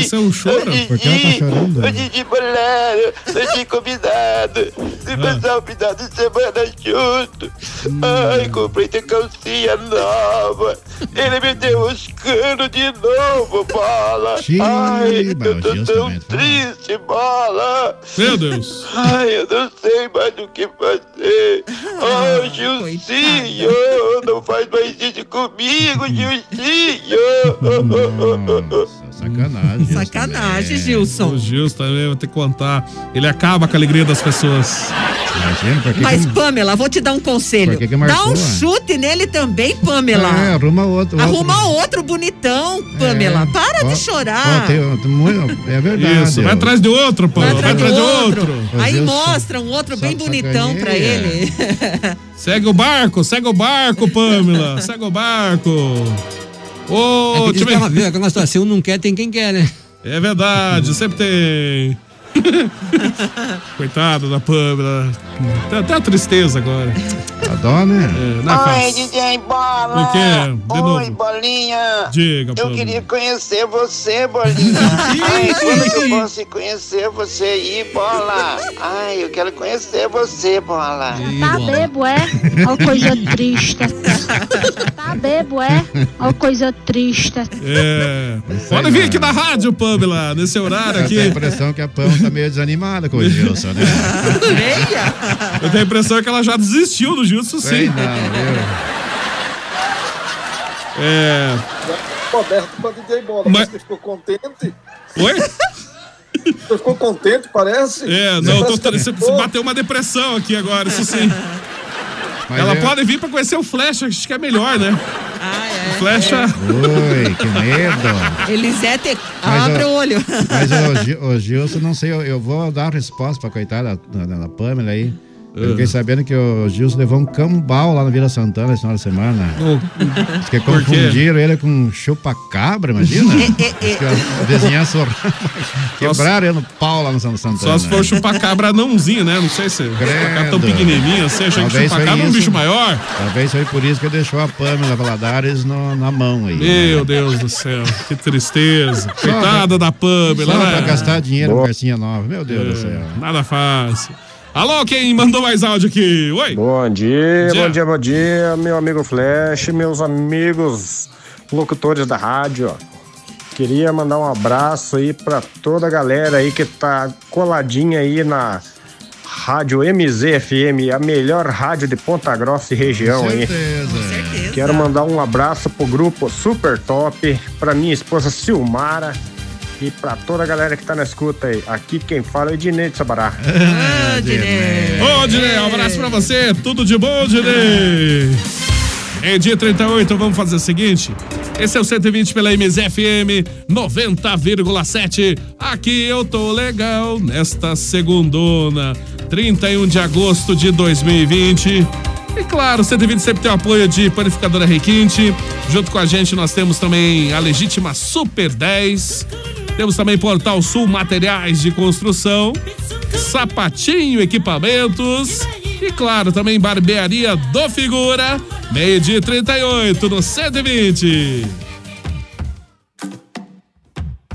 Isso é um choro? Por que ela tá chorando? né? de bolero, de convidado, Ah. de passar o final de semana junto. Hum. Ai, comprei essa calcinha nova. Ele me deu os canos de novo, bola. Ai, eu tô tão triste, bola. Meu Deus. Ai, eu não sei mais o que fazer. Ah, Oh, Gilzinho, não faz mais isso comigo, Hum. Gilzinho. Sacanagem. Sacanagem, Gilson. O Gilson também, vou ter que contar. Ele acaba com a alegria das pessoas. Imagina, pra Mas, Pamela, vou te dar um conselho. Por que que Dá marcou, um é? chute nele também, Pamela. É, arruma outro. Arruma outro bonitão, Pamela. Para de chorar. Ó, tem- tem muito- é verdade. Isso, vai atrás de outro, pô. Tá. Vai atrás, de outro. Aí mostra um outro bem bonitão pra ele. Segue o barco, segue o barco, Pamela. segue o barco. É Ô, que diz time- aquela- viu, aquela situação, não quer, tem quem quer, né? É verdade, sempre tem. Coitado da Pamela. Tem até a tristeza agora. A dó, né? É, não é Oi, fácil. DJ Bola! O quê? De Oi, novo. Bolinha! Diga, Eu Pamela. queria conhecer você, Bolinha! Ai, como é que eu posso conhecer você aí, Bola? Ai, eu quero conhecer você, Bola! Tá bebo, é? Ó, coisa triste. Tá bebo, é? Ó, coisa triste. É. Pode vir aqui na rádio, Pamela, nesse horário Eu aqui. tenho a impressão que a Pão tá meio desanimada com o Gilson, né? Eu tenho a impressão que ela já desistiu do Gilson, sim. Sei não, É. Roberto pra DJ Bola, Mas- mas... você ficou contente? Oi? Você ficou contente, parece? É, não, eu tô, você bateu uma depressão aqui agora, isso sim. Mas ela é- pode vir pra conhecer o Flash, acho que é melhor, né? flecha. Ui, que medo. Elisete, Mas é abre eu- o olho. Mas o, Gi- o Gilson, não sei, eu, eu vou dar uma resposta pra coitada da, da, da Pamela aí. É. Eu fiquei sabendo que o Gilson levou um cambal lá na Vila Santana esse final de semana. Diz que Por quê? confundiram ele com um chupa-cabra, imagina? É, Diz que a vizinhança quebraram ele no pau lá no Santa Santana. Só se for chupacabra anãozinho, né? Não sei se chupacabra tão pequenininho assim. Achei que Talvez foi chupacabra é um isso. bicho maior. Talvez foi por isso que deixou a Pamela Valadares no- na mão aí. né? Meu Deus do céu, que tristeza. Coitada da Pamela. Só né? pra gastar dinheiro com Garcinha Nova. Meu Deus do É, céu. Nada fácil. Alô, quem mandou mais áudio aqui? Oi? Bom dia, Dia. bom dia, bom dia, meu amigo Flash, meus amigos locutores da rádio. Queria mandar um abraço aí pra toda a galera aí que tá coladinha aí na Rádio MZFM, a melhor rádio de Ponta Grossa e região aí. Quero mandar um abraço pro grupo Super Top, pra minha esposa Silmara e pra toda a galera que tá na escuta aí. Aqui quem fala é o Dinei de Sabará. Ô, Dinei, um abraço pra você. Tudo de bom, Dinei? Em dia 38, vamos fazer o seguinte. Esse é o 120 pela MZFM 90,7. Aqui eu tô legal nesta segundona, 31 de agosto de 2020. E claro, 120 sempre tem o apoio de Panificadora Requinte. Junto com a gente nós temos também a legítima Super 10. Temos também Portal Sul Materiais de Construção, Sapatinho Equipamentos e, claro, também Barbearia do Figura, meio de 38 no 120.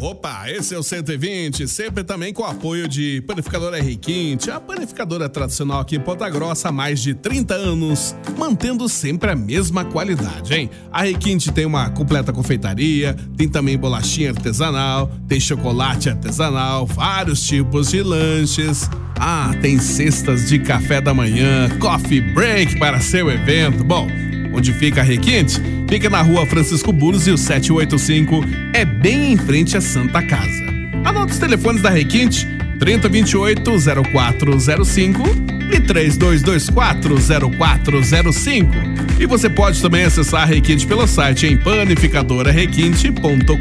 Opa, esse é o 120, sempre também com o apoio de Panificadora Requinte, a panificadora tradicional aqui em Ponta Grossa há mais de 30 anos, mantendo sempre a mesma qualidade, hein? A Requinte tem uma completa confeitaria, tem também bolachinha artesanal, tem chocolate artesanal, vários tipos de lanches. Ah, tem cestas de café da manhã, coffee break para seu evento. Bom, Onde fica a Requinte? Fica na rua Francisco Burros e o 785 é bem em frente à Santa Casa. Anota os telefones da Requinte 3028-0405 e 3224-0405. E você pode também acessar a Requinte pelo site em panificadorarequinte.com.br.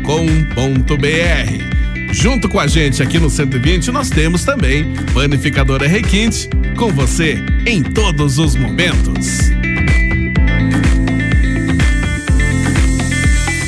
Junto com a gente aqui no 120, nós temos também Panificadora Requinte, com você em todos os momentos.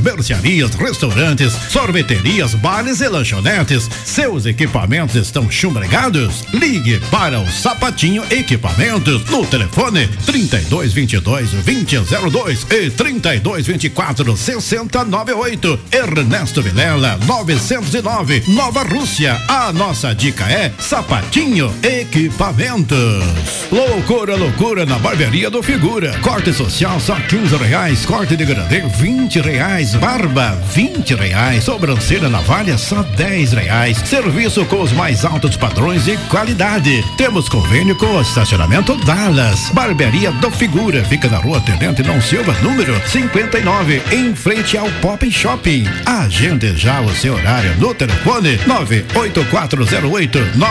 mercearias, restaurantes, sorveterias, bares e lanchonetes. Seus equipamentos estão chumbregados? Ligue para o Sapatinho Equipamentos no telefone 3222 2002 e 3224 6098. Ernesto Vilela 909 Nova Rússia. A nossa dica é sapatinho equipamentos. Loucura, loucura na barbearia do Figura. Corte social só 15 reais. Corte de grande 20 reais. Barba 20 reais. Sobrancelha navalha só 10 reais. Serviço com os mais altos padrões e qualidade. Temos convênio com o estacionamento Dallas. Barbearia do Figura. Fica na rua Tenente Não Silva, número 59, em frente ao Pop Shopping. Agende já o seu horário no telefone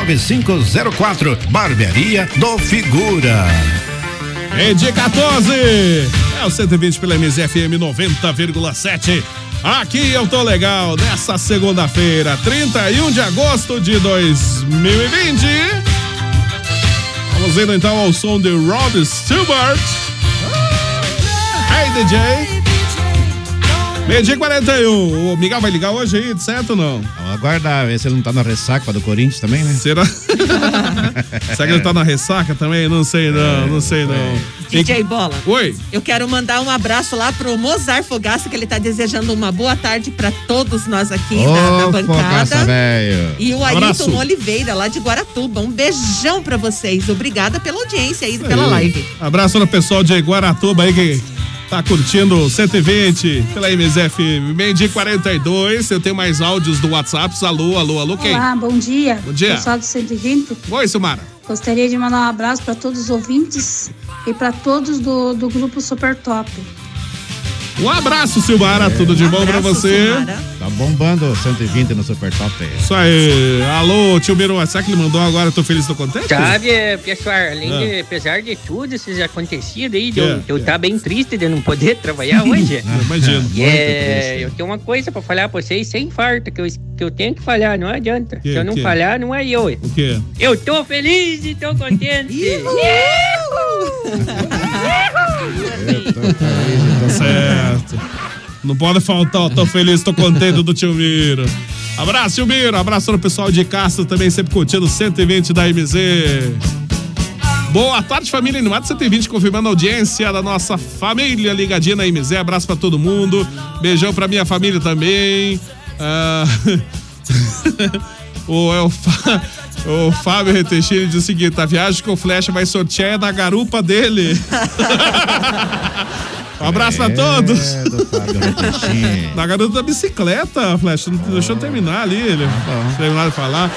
98408-9504. Barbearia do Figura. Em dia 14, é o 120 pela MZFM 90,7. Aqui eu tô legal nessa segunda-feira, 31 de agosto de 2020. Vamos indo então ao som de Rod Stewart. Hey DJ. Meio-dia e 41. O Miguel vai ligar hoje aí, de certo ou não? Vamos aguardar, ver se ele não tá na ressaca do Corinthians também, né? Será? Será que ele tá na ressaca também? Não sei É, não, não sei não. DJ Bola. Oi. Eu quero mandar um abraço lá pro Mozart Fogaça, que ele tá desejando uma boa tarde pra todos nós aqui Tá na, na Ô, focaça, bancada. velho. E o Abraço. Ailton Oliveira, lá de Guaratuba. Um beijão pra vocês. Obrigada pela audiência aí, pela Aí. live. Abraço no pessoal de Guaratuba aí que tá curtindo o 120 pela MZFM. Meio dia e 42. Eu tenho mais áudios do WhatsApp. Alô, alô, alô, quem? Olá, bom dia. Bom dia. Pessoal do 120. Oi, Silmara. Gostaria de mandar um abraço para todos os ouvintes e para todos do, do grupo Super Top. Um abraço, Silmara. Tudo de bom pra você. É. Tá bombando o 120 no Super Top. Isso aí. Alô, tio Biru, será que ele mandou agora? Tô feliz, tô contente? Sabe, pessoal, além Ah. de, apesar de tudo esses acontecidos aí, de É, eu, de eu tá bem triste de não poder trabalhar hoje. Não, imagino. E Muito é, triste. eu tenho uma coisa pra falar pra vocês sem farta, que eu, que eu tenho que falar, não adianta. Que, Se eu não que? falar, não é eu. O quê? Eu tô feliz e tô contente. Tá certo. Não pode faltar, ó, tô feliz, tô contente do tio Miro. Abraço, tio Miro. Abraço no pessoal de Castro também, sempre curtindo o 120 da MZ. Boa tarde, família Animado 120, confirmando a audiência da nossa família ligadinha na MZ. Abraço pra todo mundo. Beijão pra minha família também. Ah, o, é o, Fá- o Fábio Retechini diz o seguinte: a viagem com flecha vai sortear na garupa dele. Um abraço pra todos. Na garota da bicicleta, Flash. Não- Deixa eu terminar ali. Ele, Tá. terminar de falar.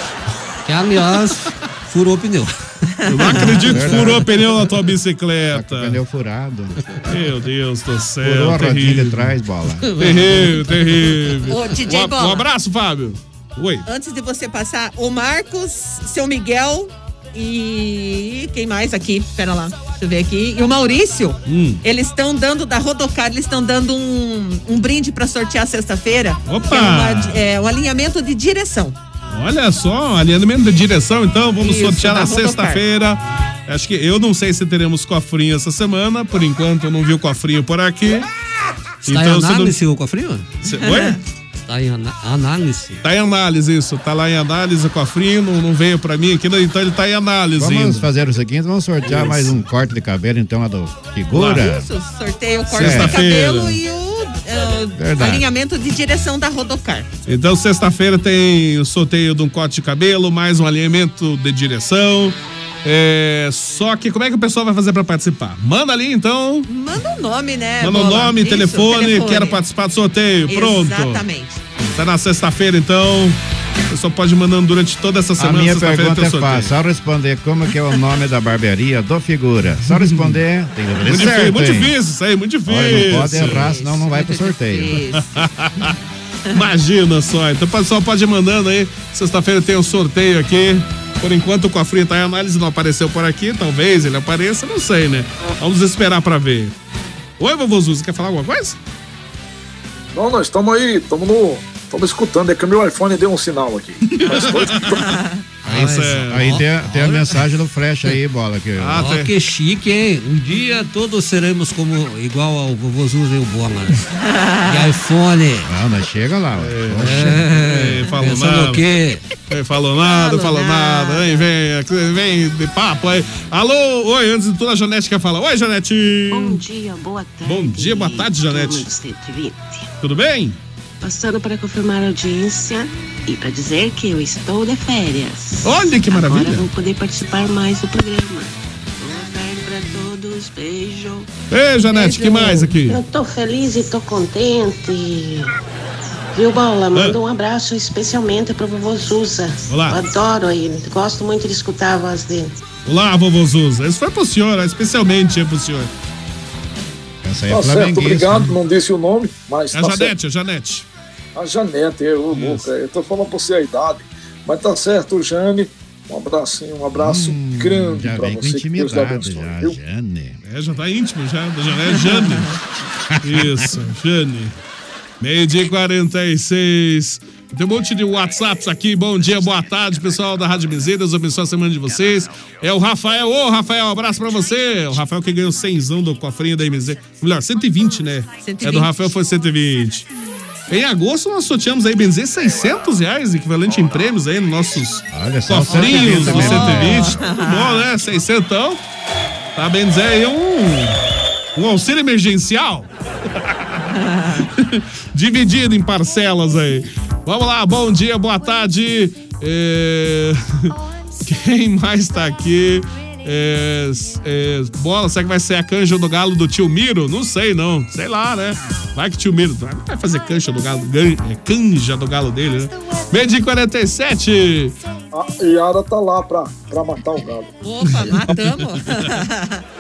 Que, aliás, furou o pneu. Eu não acredito que Verdade. furou o pneu na tua bicicleta. Tá Pneu furado. Meu Deus do céu. Furou a rodinha terrível. de trás, bola. Terrível, terrível. Ô, DJ um, a- Bola. um abraço, Fábio. Oi. Antes de você passar, o Marcos, seu Miguel e quem mais aqui? Pera lá, deixa eu ver aqui. E o Maurício, Hum. eles estão dando da Rodocar, eles estão dando um, um brinde para sortear sexta-feira. Opa! que É, uma di- é, um alinhamento de direção. Olha só, alinhamento de direção, então vamos Isso, sortear da na Rodocar. sexta-feira. Acho que eu não sei se teremos cofrinho essa semana, por enquanto eu não vi o cofrinho por aqui. Está em se Então não- análise o cofrinho? Cê- Oi? Está em ana- análise. Tá em análise isso, tá lá em análise o cofrinho, não, não veio pra mim aqui, né? então ele tá em análise. Vamos ainda. fazer o seguinte, vamos sortear Isso. mais um corte de cabelo, então, lá do figura. Isso, sorteio o corte de Sexta-feira. cabelo e o é, o Verdade. alinhamento de direção da Rodocar. Então sexta-feira tem o sorteio de um corte de cabelo, mais um alinhamento de direção. É, só que como é que o pessoal vai fazer pra participar? Manda ali então. Manda o nome, né? Manda o Bola? nome, Isso, telefone, quero participar do sorteio. Pronto. Exatamente. Tá na sexta-feira, então. Você só pode ir mandando durante toda essa A semana. minha pergunta sexta-feira tem é o sorteio. fácil. Só responder como que é o nome da barbearia do figura. Só responder, tem que responder Muito, difícil, certo, muito hein? difícil isso aí, muito difícil. Olha, não pode errar, senão não vai pro sorteio. Imagina só. Então, pessoal, pode ir mandando aí. Sexta-feira tem um sorteio aqui. Por enquanto, o cofrinho tá em análise, não apareceu por aqui. Talvez ele apareça, não sei, né? Vamos esperar pra ver. Oi, vovô Zuz, quer falar alguma coisa? Não, nós estamos aí, estamos no. Estamos escutando, é que o meu iPhone deu um sinal aqui. Aí, Ah, é aí tem, a- tem a mensagem do Flecha aí, bola. Que, Ah, que chique, hein? Um dia todos seremos como igual ao vovô Zuza e o Bola. e iPhone. Não, mas chega lá. É, falou pensando nada. o quê? É, falou nada, falou nada. Vem, vem, vem de papo aí. Alô, oi, antes de tudo a Janete quer falar. Oi, Janete. Bom dia, boa tarde. Bom dia, boa tarde, Janete. Turma do 120. Tudo bem? Passando para confirmar a audiência e para dizer que eu estou de férias. Olha que maravilha. Agora vou poder participar mais do programa. Boa tarde para todos, beijo. Ei, Janete, que mais aqui? Eu tô feliz e tô contente. Viu, Ah. Bola? Manda um abraço especialmente pro vovô Zuza. Olá. Eu adoro ele. Gosto muito de escutar a voz dele. Olá, vovô Zuza. Isso foi pro senhor, especialmente é pro senhor. Essa tá certo, obrigado, não disse o nome, mas. né? É a tá Janete, é a Janete. A Janete, eu, Luca, eu tô falando por você a idade. Mas tá certo, Jane. Um abracinho, um abraço grande já pra vem com você. Que Deus lhe intimidade abençoe, já, viu? É, já tá íntimo já, da Janete. Jane. Isso, Jane. Meio dia e 46. Tem um monte de WhatsApps aqui. Bom dia, boa tarde, pessoal da Rádio Miseira. Deus abençoe a semana de vocês. É o Rafael. Ô, Rafael, um abraço pra você. O Rafael que ganhou 100 do cofrinho da MZ. Melhor, 120, né? É do 120. Rafael foi 120. Em agosto nós sorteamos aí, bem dizer, 600 reais, equivalente em prêmios aí nos nossos só, cofrinhos do 120 mesmo. 120. Tudo bom, né? 600. Tá bem dizer aí um, um auxílio emergencial. Dividido em parcelas aí. Vamos lá, bom dia, boa tarde. É, Quem mais tá aqui? É, é, Bola, será que vai ser a canja do galo do tio Miro? Não sei, não. Sei lá, né? Vai que tio Miro vai fazer canja do galo, gan- é, canja do galo dele, né? Meio de 47. A Yara tá lá pra, pra matar o galo. Opa, matamos.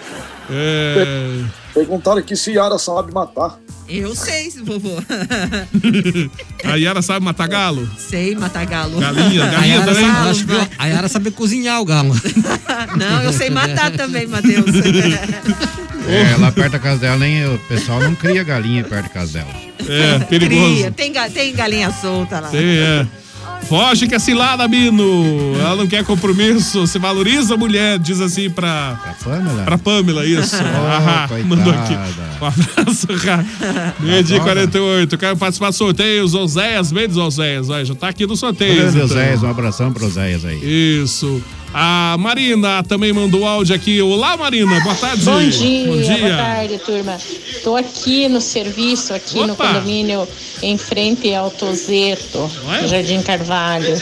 É... Perguntaram aqui se Yara sabe matar. Eu sei, vovô. A Yara sabe matar galo? Sei matar galo. Galinha, A galinha Yara também? sabe, vai. A Yara sabe cozinhar o galo. Não, eu sei matar também, Matheus. Oh. É, lá perto da casa dela, hein, o pessoal não cria galinha perto da casa dela. É, perigoso. Cria. Tem, ga- tem galinha solta lá. Sim, é. Foge que é cilada, Bino. Ela não quer compromisso. Se valoriza a mulher, diz assim pra. Pra Pamela? Pra Pamela, isso. Ah, Ah, mandou aqui. coitada. Um abraço, Ra. Meio dia e 48. Quero participar do sorteio. Oséias, bem dos Oséias. Vai, já tá aqui no sorteio. Grande então. Zéias, um abração pro Zéias aí. Isso. A Marina também mandou áudio aqui. Olá, Marina. É, Boa tarde. Bom dia, Bom dia. boa tarde, turma. Tô aqui no serviço, aqui no Opa! condomínio, em frente ao Tozeto, Olha. no Jardim Carvalho.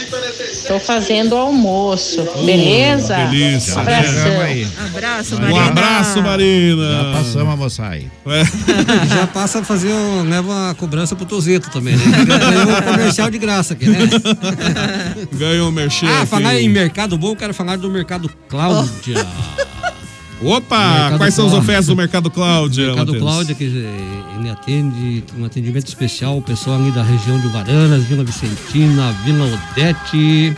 Tô fazendo o almoço, beleza? delícia. Um abração. Chegamos aí. Abraço, Um abraço, Marina. Já passamos a moçar aí. É. Já passa a fazer um, leva uma cobrança pro Tozeto também, né? Ganhou um comercial de graça aqui, né? Ganhou o merchan. Ah, aqui. falar em mercado bom, eu quero falar do mercado Cláudia. Oh. Opa, Mercado quais são as Cláudia. ofertas do Mercado Cláudia? Mercado Matheus? Cláudia, que eh, ele atende tem um atendimento especial, o pessoal ali da região de Varanas, Vila Vicentina, Vila Odete.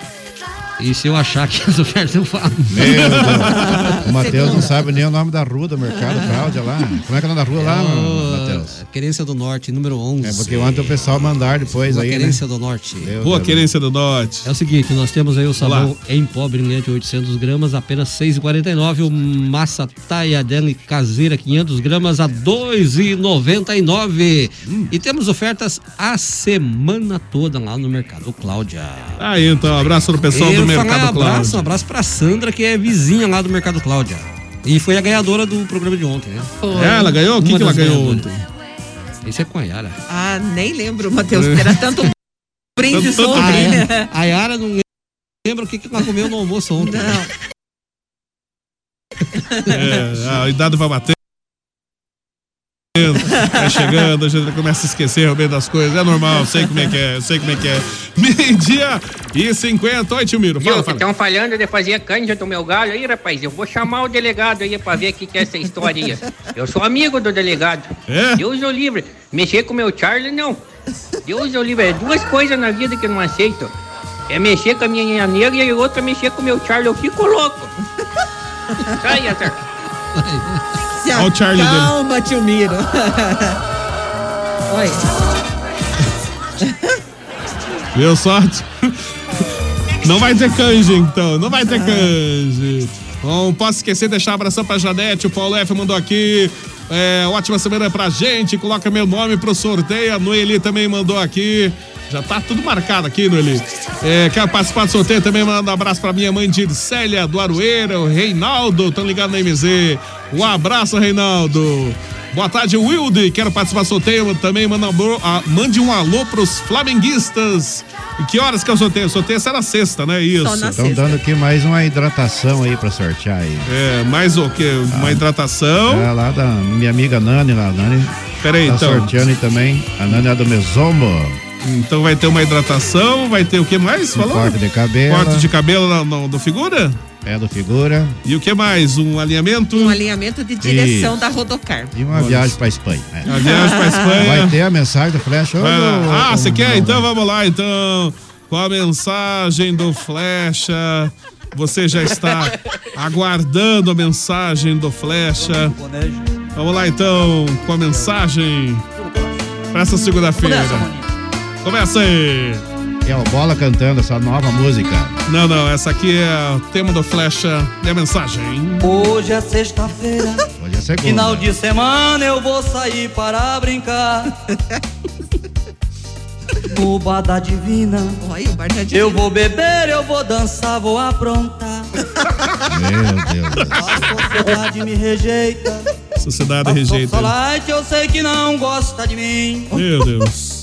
E se eu achar que as ofertas eu falo. Meu Deus. O Matheus não sabe nem o nome da rua do mercado, Cláudia lá. Como é que é o nome da rua lá, Matheus? Querência do Norte, número 11. É porque ontem o pessoal mandar depois Rua aí, Querência né? do Norte. Meu Boa Deus. querência do Norte. É o seguinte, nós temos aí o Olá. sabão em pó brilhante 800 gramas, apenas 6,49. O massa taiadele caseira 500 gramas a 2,99. Hum. E temos ofertas a semana toda lá no Mercado Cláudia. Aí então, abraço do pessoal Eu do vou falar um Mercado abraço, um Cláudio. abraço pra Sandra, que é vizinha lá do Mercado Cláudia. E foi a ganhadora do programa de ontem, né? Foi. É, ela ganhou? O que Uma que ela das ganhou ganhadoras. Esse é com a Yara. Ah, nem lembro, Matheus, porque era tanto brinde Tanto- sobre. Ah, é? A Yara não lembra o que, que ela comeu no almoço ontem. É, a idade vai bater. Tá chegando, a gente começa a esquecer realmente das coisas. É normal, sei como é que é, sei como é que é. Meio-dia e 50. Oi, tio Miro. Viu, Fala, que fala. estão falando de fazer canja do meu galho aí, rapaz. Eu vou chamar o delegado aí pra ver o que, que é essa história aí. Eu sou amigo do delegado. Deus o livre. Mexer com o meu Charlie, não. Deus o livre. É duas coisas na vida que eu não aceito. É mexer com a minha linha negra e a outra é mexer com o meu Charlie. Eu fico louco. Sai, Azar. Se Olha o Charlie dele. acalma, tio Miro. Oi. Deu sorte. Não vai ter canje, então. Não vai ter canje. Bom, posso esquecer de deixar um abração pra Janete. O Paulo F mandou aqui. É, ótima semana pra gente. Coloca meu nome pro sorteio. A Noeli também mandou aqui. Já tá tudo marcado aqui, Noeli. É, quero participar do sorteio também. Manda um abraço pra minha mãe Dircélia do Aroeira, o Reinaldo. Tão ligado na MZ. Um abraço, Reinaldo. Boa tarde, Wilde. Quero participar do sorteio também. Manda um alô- ah, mande um alô pros flamenguistas. E que horas que é o sorteio? O sorteio será sexta, né? Isso. Estão dando aqui mais uma hidratação aí pra sortear aí. Ah. É, mais o quê? Uma hidratação. É lá da minha amiga Nani lá, Nani. Peraí, tá então. sorteando aí também. A Nani é do Mesomo. Então vai ter uma hidratação, vai ter o que mais? Um Falou? corte de cabelo. Corte de cabelo na- na- do figura? É do figura. E o que mais? Um alinhamento? Um alinhamento de direção da Rodocar. E uma viagem pra Espanha. É. Uma viagem pra Espanha. Vai ter a mensagem do Flash. ô, ô, Ah, ô, você quer? não. Então vamos lá, então. Com a mensagem do Flecha. Você já está aguardando a mensagem do Flecha. Vamos lá, então, com a mensagem para essa segunda-feira. Começa aí. É o Bola cantando essa nova música. Não, não, essa aqui é o tema do Flecha e a mensagem. Hoje é sexta-feira, Hoje é segunda. final de semana eu vou sair para brincar. o bar da divina. Olha, o bar da divina. Eu vou beber, eu vou dançar, vou aprontar. Meu Deus. A sociedade me rejeita. Sociedade rejeita. Solite, eu sei que não gosta de mim. Meu Deus.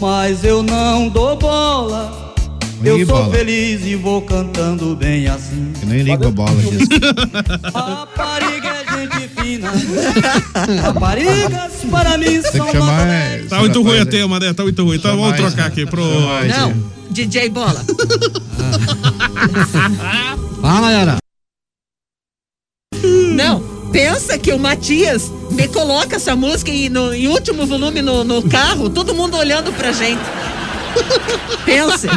Mas eu não dou bola. Ih, Eu sou bola. feliz e vou cantando bem assim. Que nem liga a bola disso. Rapariga é gente fina. Raparigas para mim Tem são que chamar, maravilhosas. Tá muito ruim a tema, né? Tá muito ruim. Então vamos trocar aqui pro. Não, DJ Bola. Fala, galera. Não, pensa que o Matias me coloca essa música e no, em último volume no, no carro, todo mundo olhando pra gente. Pensa.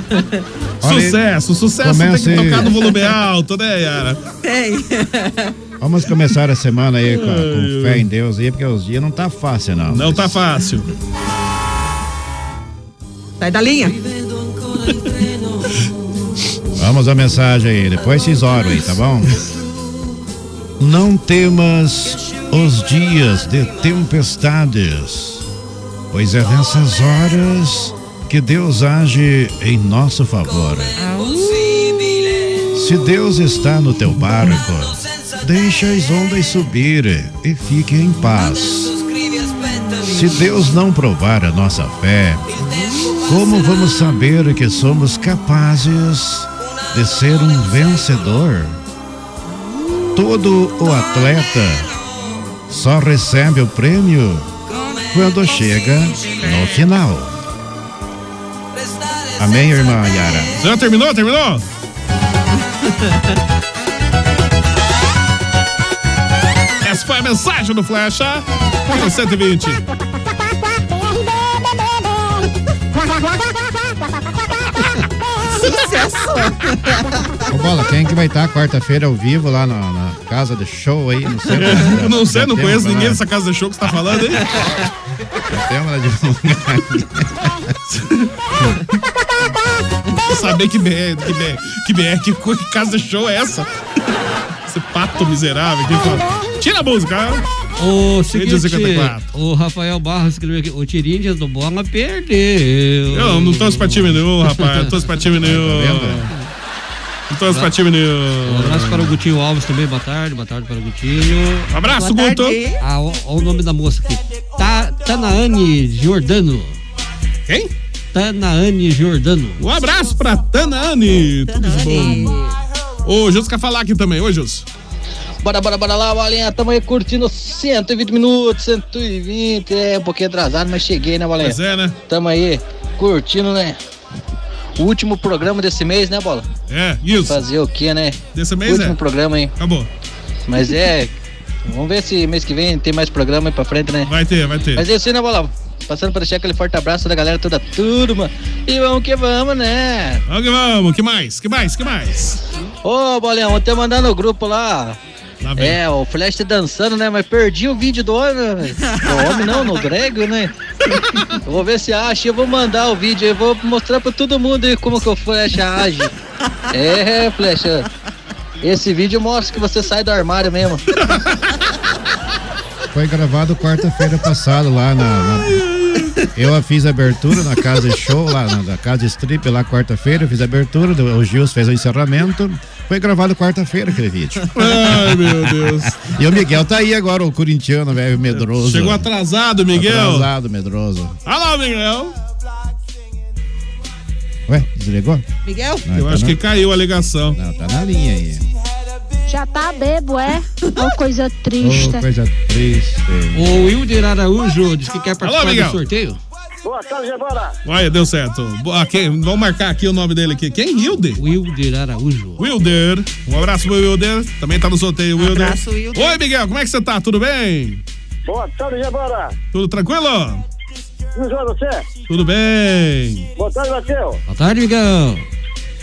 Sucesso, sucesso Comece- tem que tocar no volume alto, né, Yara? Tem. Vamos começar a semana aí com, com fé em Deus aí, porque os dias não tá fácil, não. Não tá fácil. Sai da linha. Vamos à mensagem aí, depois vocês oram aí, tá bom? Não temas os dias de tempestades, pois é nessas horas que Deus age em nosso favor. Se Deus está no teu barco, deixa as ondas subir e fique em paz. Se Deus não provar a nossa fé, como vamos saber que somos capazes de ser um vencedor? Todo o atleta só recebe o prêmio quando chega no final. Amém, irmã Yara? Já terminou? Terminou? Essa foi a mensagem do Flecha. um Número 120. Ô, Bola, quem é que vai estar quarta-feira ao vivo lá na, na casa de show aí? Não sei, Eu não sei, não Tem conheço uma ninguém lá- dessa casa de show que você tá falando aí. tem uma lá de Saber que BR, que BR, que BR, que, co- que casa de show é essa? Esse pato miserável aqui. pô. Tira a música. O seguinte, 154. o Rafael Barros escreveu aqui, o Tirindias do Bola perdeu. Tá Eu não torço pra time nenhum, rapaz. Eu torço pra time nenhum. Não torço pra time nenhum. Um abraço para o Gutinho Alves também, boa tarde, boa tarde para o Gutinho. Um abraço, Boa Guto. tarde. Ah, ó, ó o nome da moça aqui. Ta, Tanaane Giordano. Quem? Tanaane Giordano. Um abraço pra Tanaane. Tudo de bom. Ô, Jus quer falar aqui também. Oi, Jus. Bora, bora, bora lá, Valenha. Tamo aí curtindo 120 minutos, 120. É, um pouquinho atrasado, mas cheguei, né, Valenha? Pois é, né? Tamo aí curtindo, né? O último programa desse mês, né, Bola? É, isso. Fazer o quê, né? Desse mês, Último é. programa, hein? Acabou. Mas é. Vamos ver se mês que vem tem mais programa aí pra frente, né? Vai ter, vai ter. Mas é isso aí, né, Bola? Passando pra deixar aquele forte abraço da galera toda turma. E vamos que vamos, né? Vamos que vamos. Que mais? Que mais? Que mais? Ô, Bolão, ontem eu mandar no grupo lá. vem. É, o Flash tá dançando, né? Mas perdi o vídeo do homem. velho. Do homem não, no Grego, né? Eu vou ver se acha, eu vou mandar o vídeo, eu vou mostrar pra todo mundo aí como que o Flash age. É, Flash. Esse vídeo mostra que você sai do armário mesmo. Foi gravado quarta-feira passada lá na, na- Eu fiz a abertura na casa de show, lá na, na casa de strip, lá quarta-feira, eu fiz a abertura, do- o Gils fez o encerramento. Foi gravado quarta-feira aquele vídeo. Ai, meu Deus. E o Miguel tá aí agora, o corintiano, velho, medroso. Tá Chegou atrasado, Miguel. Atrasado, medroso. Alô, Miguel. Ué, desligou? Miguel? Não, Eu tá acho não. que caiu a ligação. Não, tá na linha aí. Já tá bebo, é? Ô, coisa triste. Ô, Oh, coisa triste. O Wilder Araújo diz que quer participar Miguel. do sorteio. Boa tarde, bora. Olha, deu certo. Boa, quem- vamos marcar aqui o nome dele aqui. Quem? Wilder? Wilder Araújo. Wilder. Um abraço pro Wilder. Também tá no sorteio, Wilder. abraço, Wilder. Oi, Miguel, como é que você tá? Tudo bem? Boa tarde, bora. Tudo tranquilo? E o João, você? Tudo bem. Boa tarde, Matheus. Boa tarde, Miguel.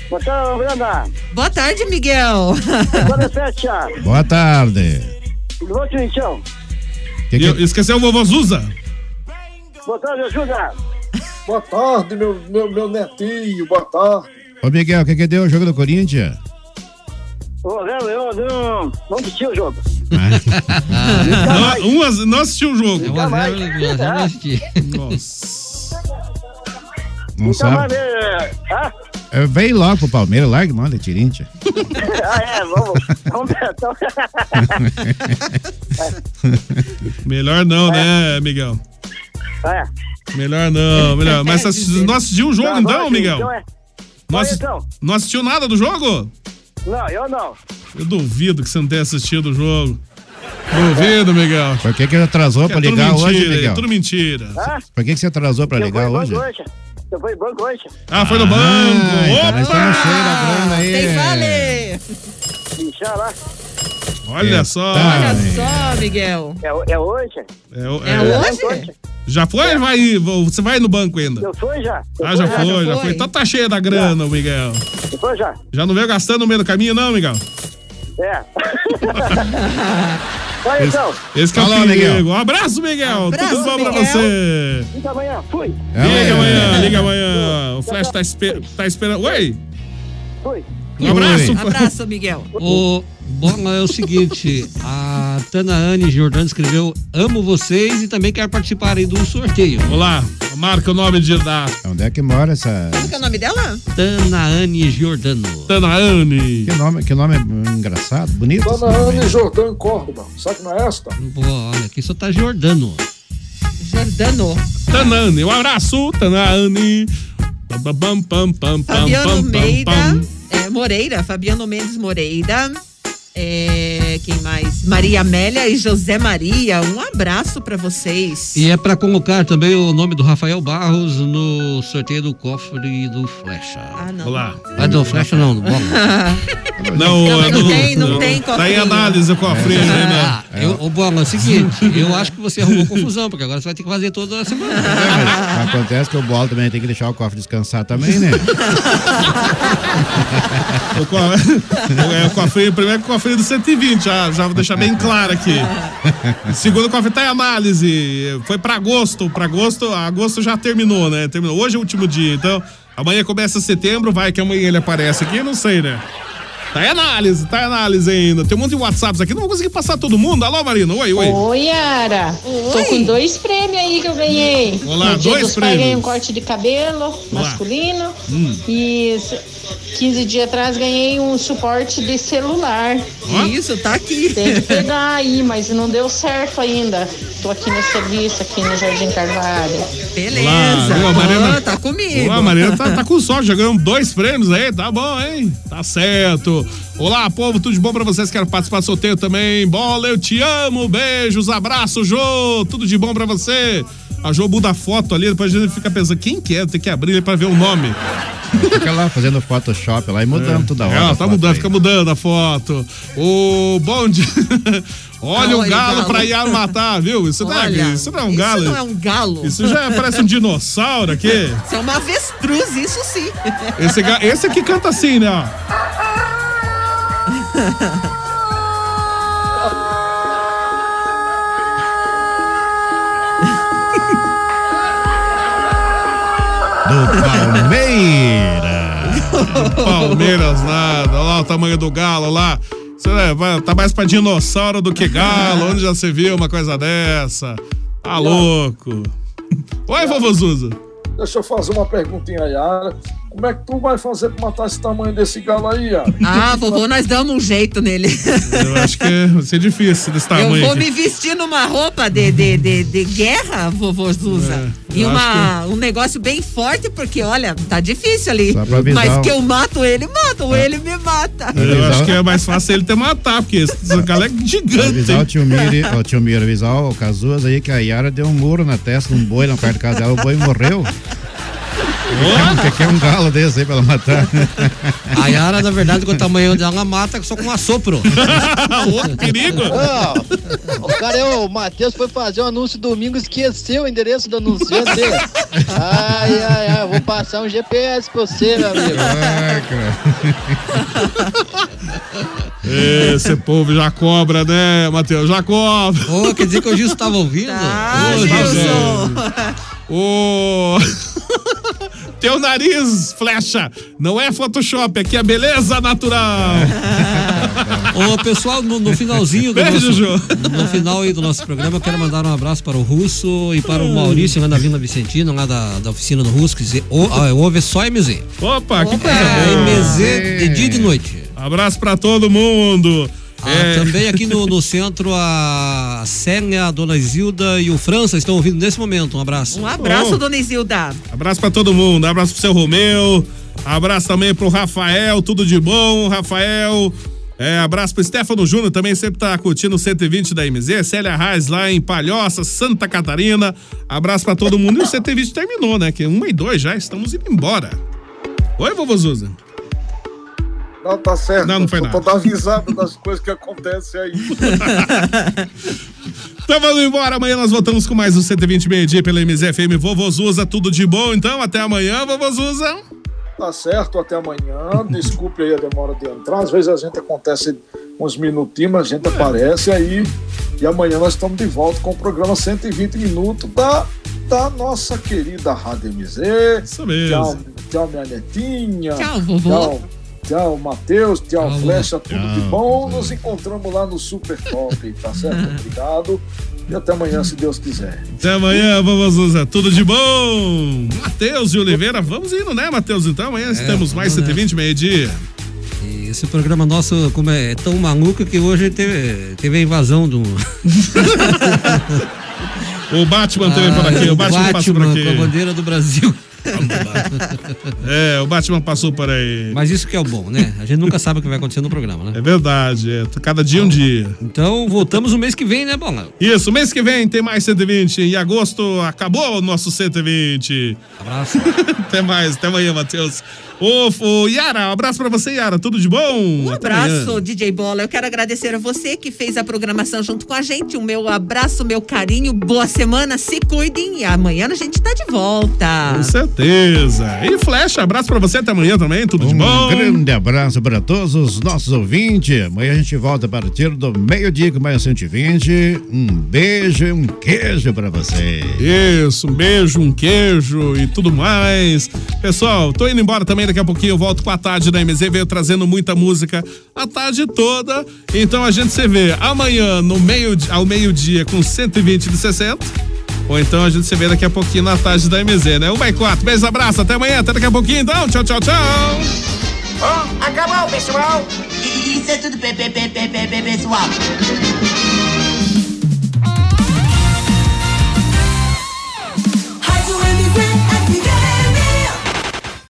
Boa tarde, Brenda. Boa tarde, Miguel. Boa tarde, Fecha. Boa tarde. Tudo bom, então? Corinthians? Que que- Eu- Esqueceu o vovô Zuza? Boa tarde, ajuda. Boa tarde, meu, meu, meu netinho. Boa tarde. Ô, Miguel, o que, que deu o jogo do Corinthians? Ô, Zé Leão, não, não assistiu o jogo. Não, um, É um né, a- não assistiu o jogo. Nunca mais. Nossa. Não Então sabe. Ah, É, Vem logo pro Palmeiras, larga, manda, Tirintia. ah, é, vamos. Vamos então. Melhor não, né, Miguel? É. Melhor não, melhor. Mas tá você assi- não assistiu o jogo Tá, então, vamos aqui, Miguel? então é. Não, Olha, assi- então. não assistiu nada do jogo? Não, eu não. Eu duvido que você não tenha assistido o jogo. Duvido, Miguel. Por que que atrasou Que pra tudo ligar mentira, hoje, é Miguel? tudo mentira. Por que que você atrasou pra ligar hoje? então Hoje. Você foi banco hoje? Ah, foi no banco. Opa! Tem vale! Inxalá. Olha só. Olha só, Miguel. É, é hoje? É, o- É hoje? Já foi? Vai, você vai no banco ainda? Eu fui já. Eu Ah, fui já foi, já foi. Então tá cheio da grana, o Miguel. Eu fui já. Já não veio gastando no meio do caminho, não, Miguel? É. Vai então. Esse que é o Falou, perigo. Miguel. Um abraço, Miguel. Abraço, Tudo bom pra Miguel. você? É. Até Então, amanhã. Fui. Liga amanhã, liga amanhã. O Flash tá, espe- tá esperando. Oi? Oi. Um abraço. Abraço, Miguel. O Bola é o seguinte, a Tanaane Jordano escreveu Amo vocês e também quer participar aí do sorteio. Olá, marca o nome de da Onde é que mora essa. Qual que é o nome dela? Tanaane Giordano. Tanaane. Que nome, que nome engraçado, bonito. esse Dona nome. Ana e Jordão em Córdoba. Sabe que não é esta? Pô, olha, aqui só tá Jordano. Jordano. Tanane. Um abraço, Tanaane. Pam, pam, pam, pam, pam, Fabiano pam, pam, Meira. pam. É, Moreira, Fabiano Mendes Moreira. É, quem mais? Maria Amélia e José Maria. Um abraço pra vocês. E é pra colocar também o nome do Rafael Barros no sorteio do cofre do Flecha. Ah, não. Olá. Ah, do Flecha não, do Bola. Não, Não, mas é não do- tem, não tem Tá em cofrinho. análise o cofrinho, né? né? É. Eu, ô, Bola, é o seguinte, eu acho que você arrumou confusão, porque agora você vai ter que fazer toda semana. É Acontece que o bolo também tem que deixar o cofre descansar também, né? O, co... é, o cofrinho, primeiro que o cofrinho do 120, já, já vou deixar bem claro aqui. Segundo o cofrinho tá em análise. Foi pra agosto, pra agosto, agosto já terminou, né? Terminou. Hoje é o último dia, então amanhã começa setembro, vai que amanhã ele aparece aqui, não sei, né? Tá em análise, tá em análise ainda. Tem um monte de WhatsApps aqui, não vou conseguir passar todo mundo. Alô, Marina, oi, oi. Oi, Yara. Tô com dois prêmios aí que eu ganhei. Olá, no dia dois dos pais, prêmios. Hum. ganhei um corte de cabelo masculino. E s- 15 dias atrás ganhei um suporte de celular. Isso, tá aqui. Tem que pegar aí, mas não deu certo ainda. Tô aqui no serviço, aqui no Jardim Carvalho. Olá, boa, Mariana. Tá Boa, Mariana tá, tá com sorte, já ganhamos dois prêmios aí, tá bom, hein? Tá certo. Olá, povo, tudo de bom pra vocês? Quero participar do sorteio também. Bola, eu te amo, beijos, abraço, Jô, tudo de bom pra você. A Jô muda a foto ali, depois a gente fica pensando, quem que é? Tem que abrir ali pra ver o nome. Fica lá fazendo Photoshop lá e mudando toda hora. É, ó, a tá foto mudando, aí. fica mudando a foto. O bonde. Tá Olha o Olha o galo galo. pra Yara matar, viu? Isso, não é- Olha, isso não é um galo. Isso não é um galo. Isso já parece um dinossauro aqui. Isso é uma avestruz, isso sim. Esse, ga- esse aqui canta assim, né? ó. Do Palmeiras. Palmeiras nada. Olha lá o tamanho do galo olha lá. Você é, vai- tá mais pra dinossauro do que galo. Onde já se viu uma coisa dessa? Tá louco. Oi, vovô Zuza. Deixa eu fazer uma perguntinha aí, Yara. Como é que tu vai fazer pra matar esse tamanho desse galo aí, Yara? Ah, vovô, nós damos um jeito nele. Eu acho que vai ser difícil desse tamanho. Eu vou aqui. me vestir numa roupa de, de, de, de guerra, vovô Zuza. É, e eu uma, um negócio bem forte, porque, olha, tá difícil ali. Só pra avisar Mas o- que eu mato ele, mato, ou ele me mata. Eu acho que é mais fácil ele ter matar, porque esse esse galo é gigante. Avisar o tio Miri, o tio Miri, avisar o Cazuas aí que a Yara deu um muro na testa de um boi lá perto de casa dela, o boi morreu. O que que é um galo desse aí pra ela matar? A Yara, na verdade, com o tamanho dela, ela mata só com um assopro. Outro perigo. Ô, o cara, é o Matheus foi fazer um anúncio domingo, esqueceu o endereço do anunciante. Ai, ai, ai, eu vou passar um GPS pra você, meu amigo. Esse povo já cobra, né, Matheus? Já cobra. Ô, quer dizer que o Gilson tava ouvindo? Ah, Gilson. Ô... Teu nariz, flecha, não é Photoshop, aqui é beleza natural. Ô, pessoal, no, no finalzinho do Beijo, nosso, Jô. no final aí do nosso programa, eu quero mandar um abraço para o Russo e para o Maurício lá da Vila Vicentina, lá da, da oficina do Russo, que dizer, o, ah, ouve só MZ. Opa, que coisa é, MZ de dia e de noite. Abraço para todo mundo. Ah, É. Também aqui no, no centro, a Célia, a Dona Isilda e o França estão ouvindo nesse momento. Um abraço. Um abraço, Ô. dona Isilda. Abraço pra todo mundo, abraço pro seu Romeu, abraço também pro Rafael, tudo de bom, Rafael. É, abraço pro Stefano Júnior, também sempre tá curtindo o 120 da MZ, Célia Reis lá em Palhoça, Santa Catarina. Abraço pra todo mundo. E o 120 terminou, né? Que é uma e dois já, estamos indo embora. Oi, vovô Zuza. Não, tá certo. Não, não foi Só nada. Pra dar risada das coisas que acontecem aí. Tamo indo Tá embora, amanhã nós voltamos com mais um 120 meio-dia pela MZFM. Vovô Zuza, tudo de bom, então até amanhã, vovô Zuza. Tá certo, até amanhã. Desculpe aí a demora de entrar. Às vezes a gente acontece uns minutinhos, mas a gente aparece aí. E amanhã nós estamos de volta com o programa 120 Minutos da, da nossa querida Rádio MZ. Isso mesmo. Tchau, tchau minha netinha. Tchau, vovô. Tchau, tchau Matheus. Tchau, Flecha. Tudo de bom. Nos encontramos lá no Super Top, tá certo? Obrigado. E até amanhã, se Deus quiser. Até amanhã, vamos Zuza. Tudo de bom? Matheus de Oliveira, vamos indo, né, Matheus? Então amanhã temos mais 120, meio-dia. É, E Esse programa nosso como é, é tão maluco que hoje teve, teve a invasão do. o Batman também por aqui, o Batman passou por aqui. Ah, com a bandeira do Brasil. É, o Batman passou por aí. Mas isso que é o bom, né? A gente nunca sabe o que vai acontecer no programa, né? É verdade, é. cada dia um dia. Então voltamos o mês que vem, né, Bola? Isso, mês que vem tem mais 120. Em agosto acabou o nosso 120. Abraço. até mais, até amanhã, Matheus. Ô, ô, Yara, um abraço pra você, Yara. Tudo de bom? Um Abraço, DJ Bola. Eu quero agradecer a você que fez a programação junto com a gente. O meu abraço, meu carinho. Boa semana, se cuidem. E amanhã a gente tá de volta. Com certeza. E Flecha, abraço pra você até amanhã também, tudo de bom. Um grande abraço para todos os nossos ouvintes. Amanhã a gente volta a partir do meio-dia com mais 120. Um beijo e um queijo para vocês. Isso, um beijo, um queijo e tudo mais. Pessoal, tô indo embora também, daqui a pouquinho eu volto com a tarde da MZ, veio trazendo muita música a tarde toda. Então a gente se vê amanhã no meio, ao meio-dia com 120 de 60. Ou então a gente se vê daqui a pouquinho na tarde da MZ, né? 1 e 4. Beijo, abraço, até amanhã, até daqui a pouquinho então. Tchau, tchau, tchau. Bom, acabou, pessoal. Isso é tudo, pe- pe- pe- pe- pe- pe- pessoal.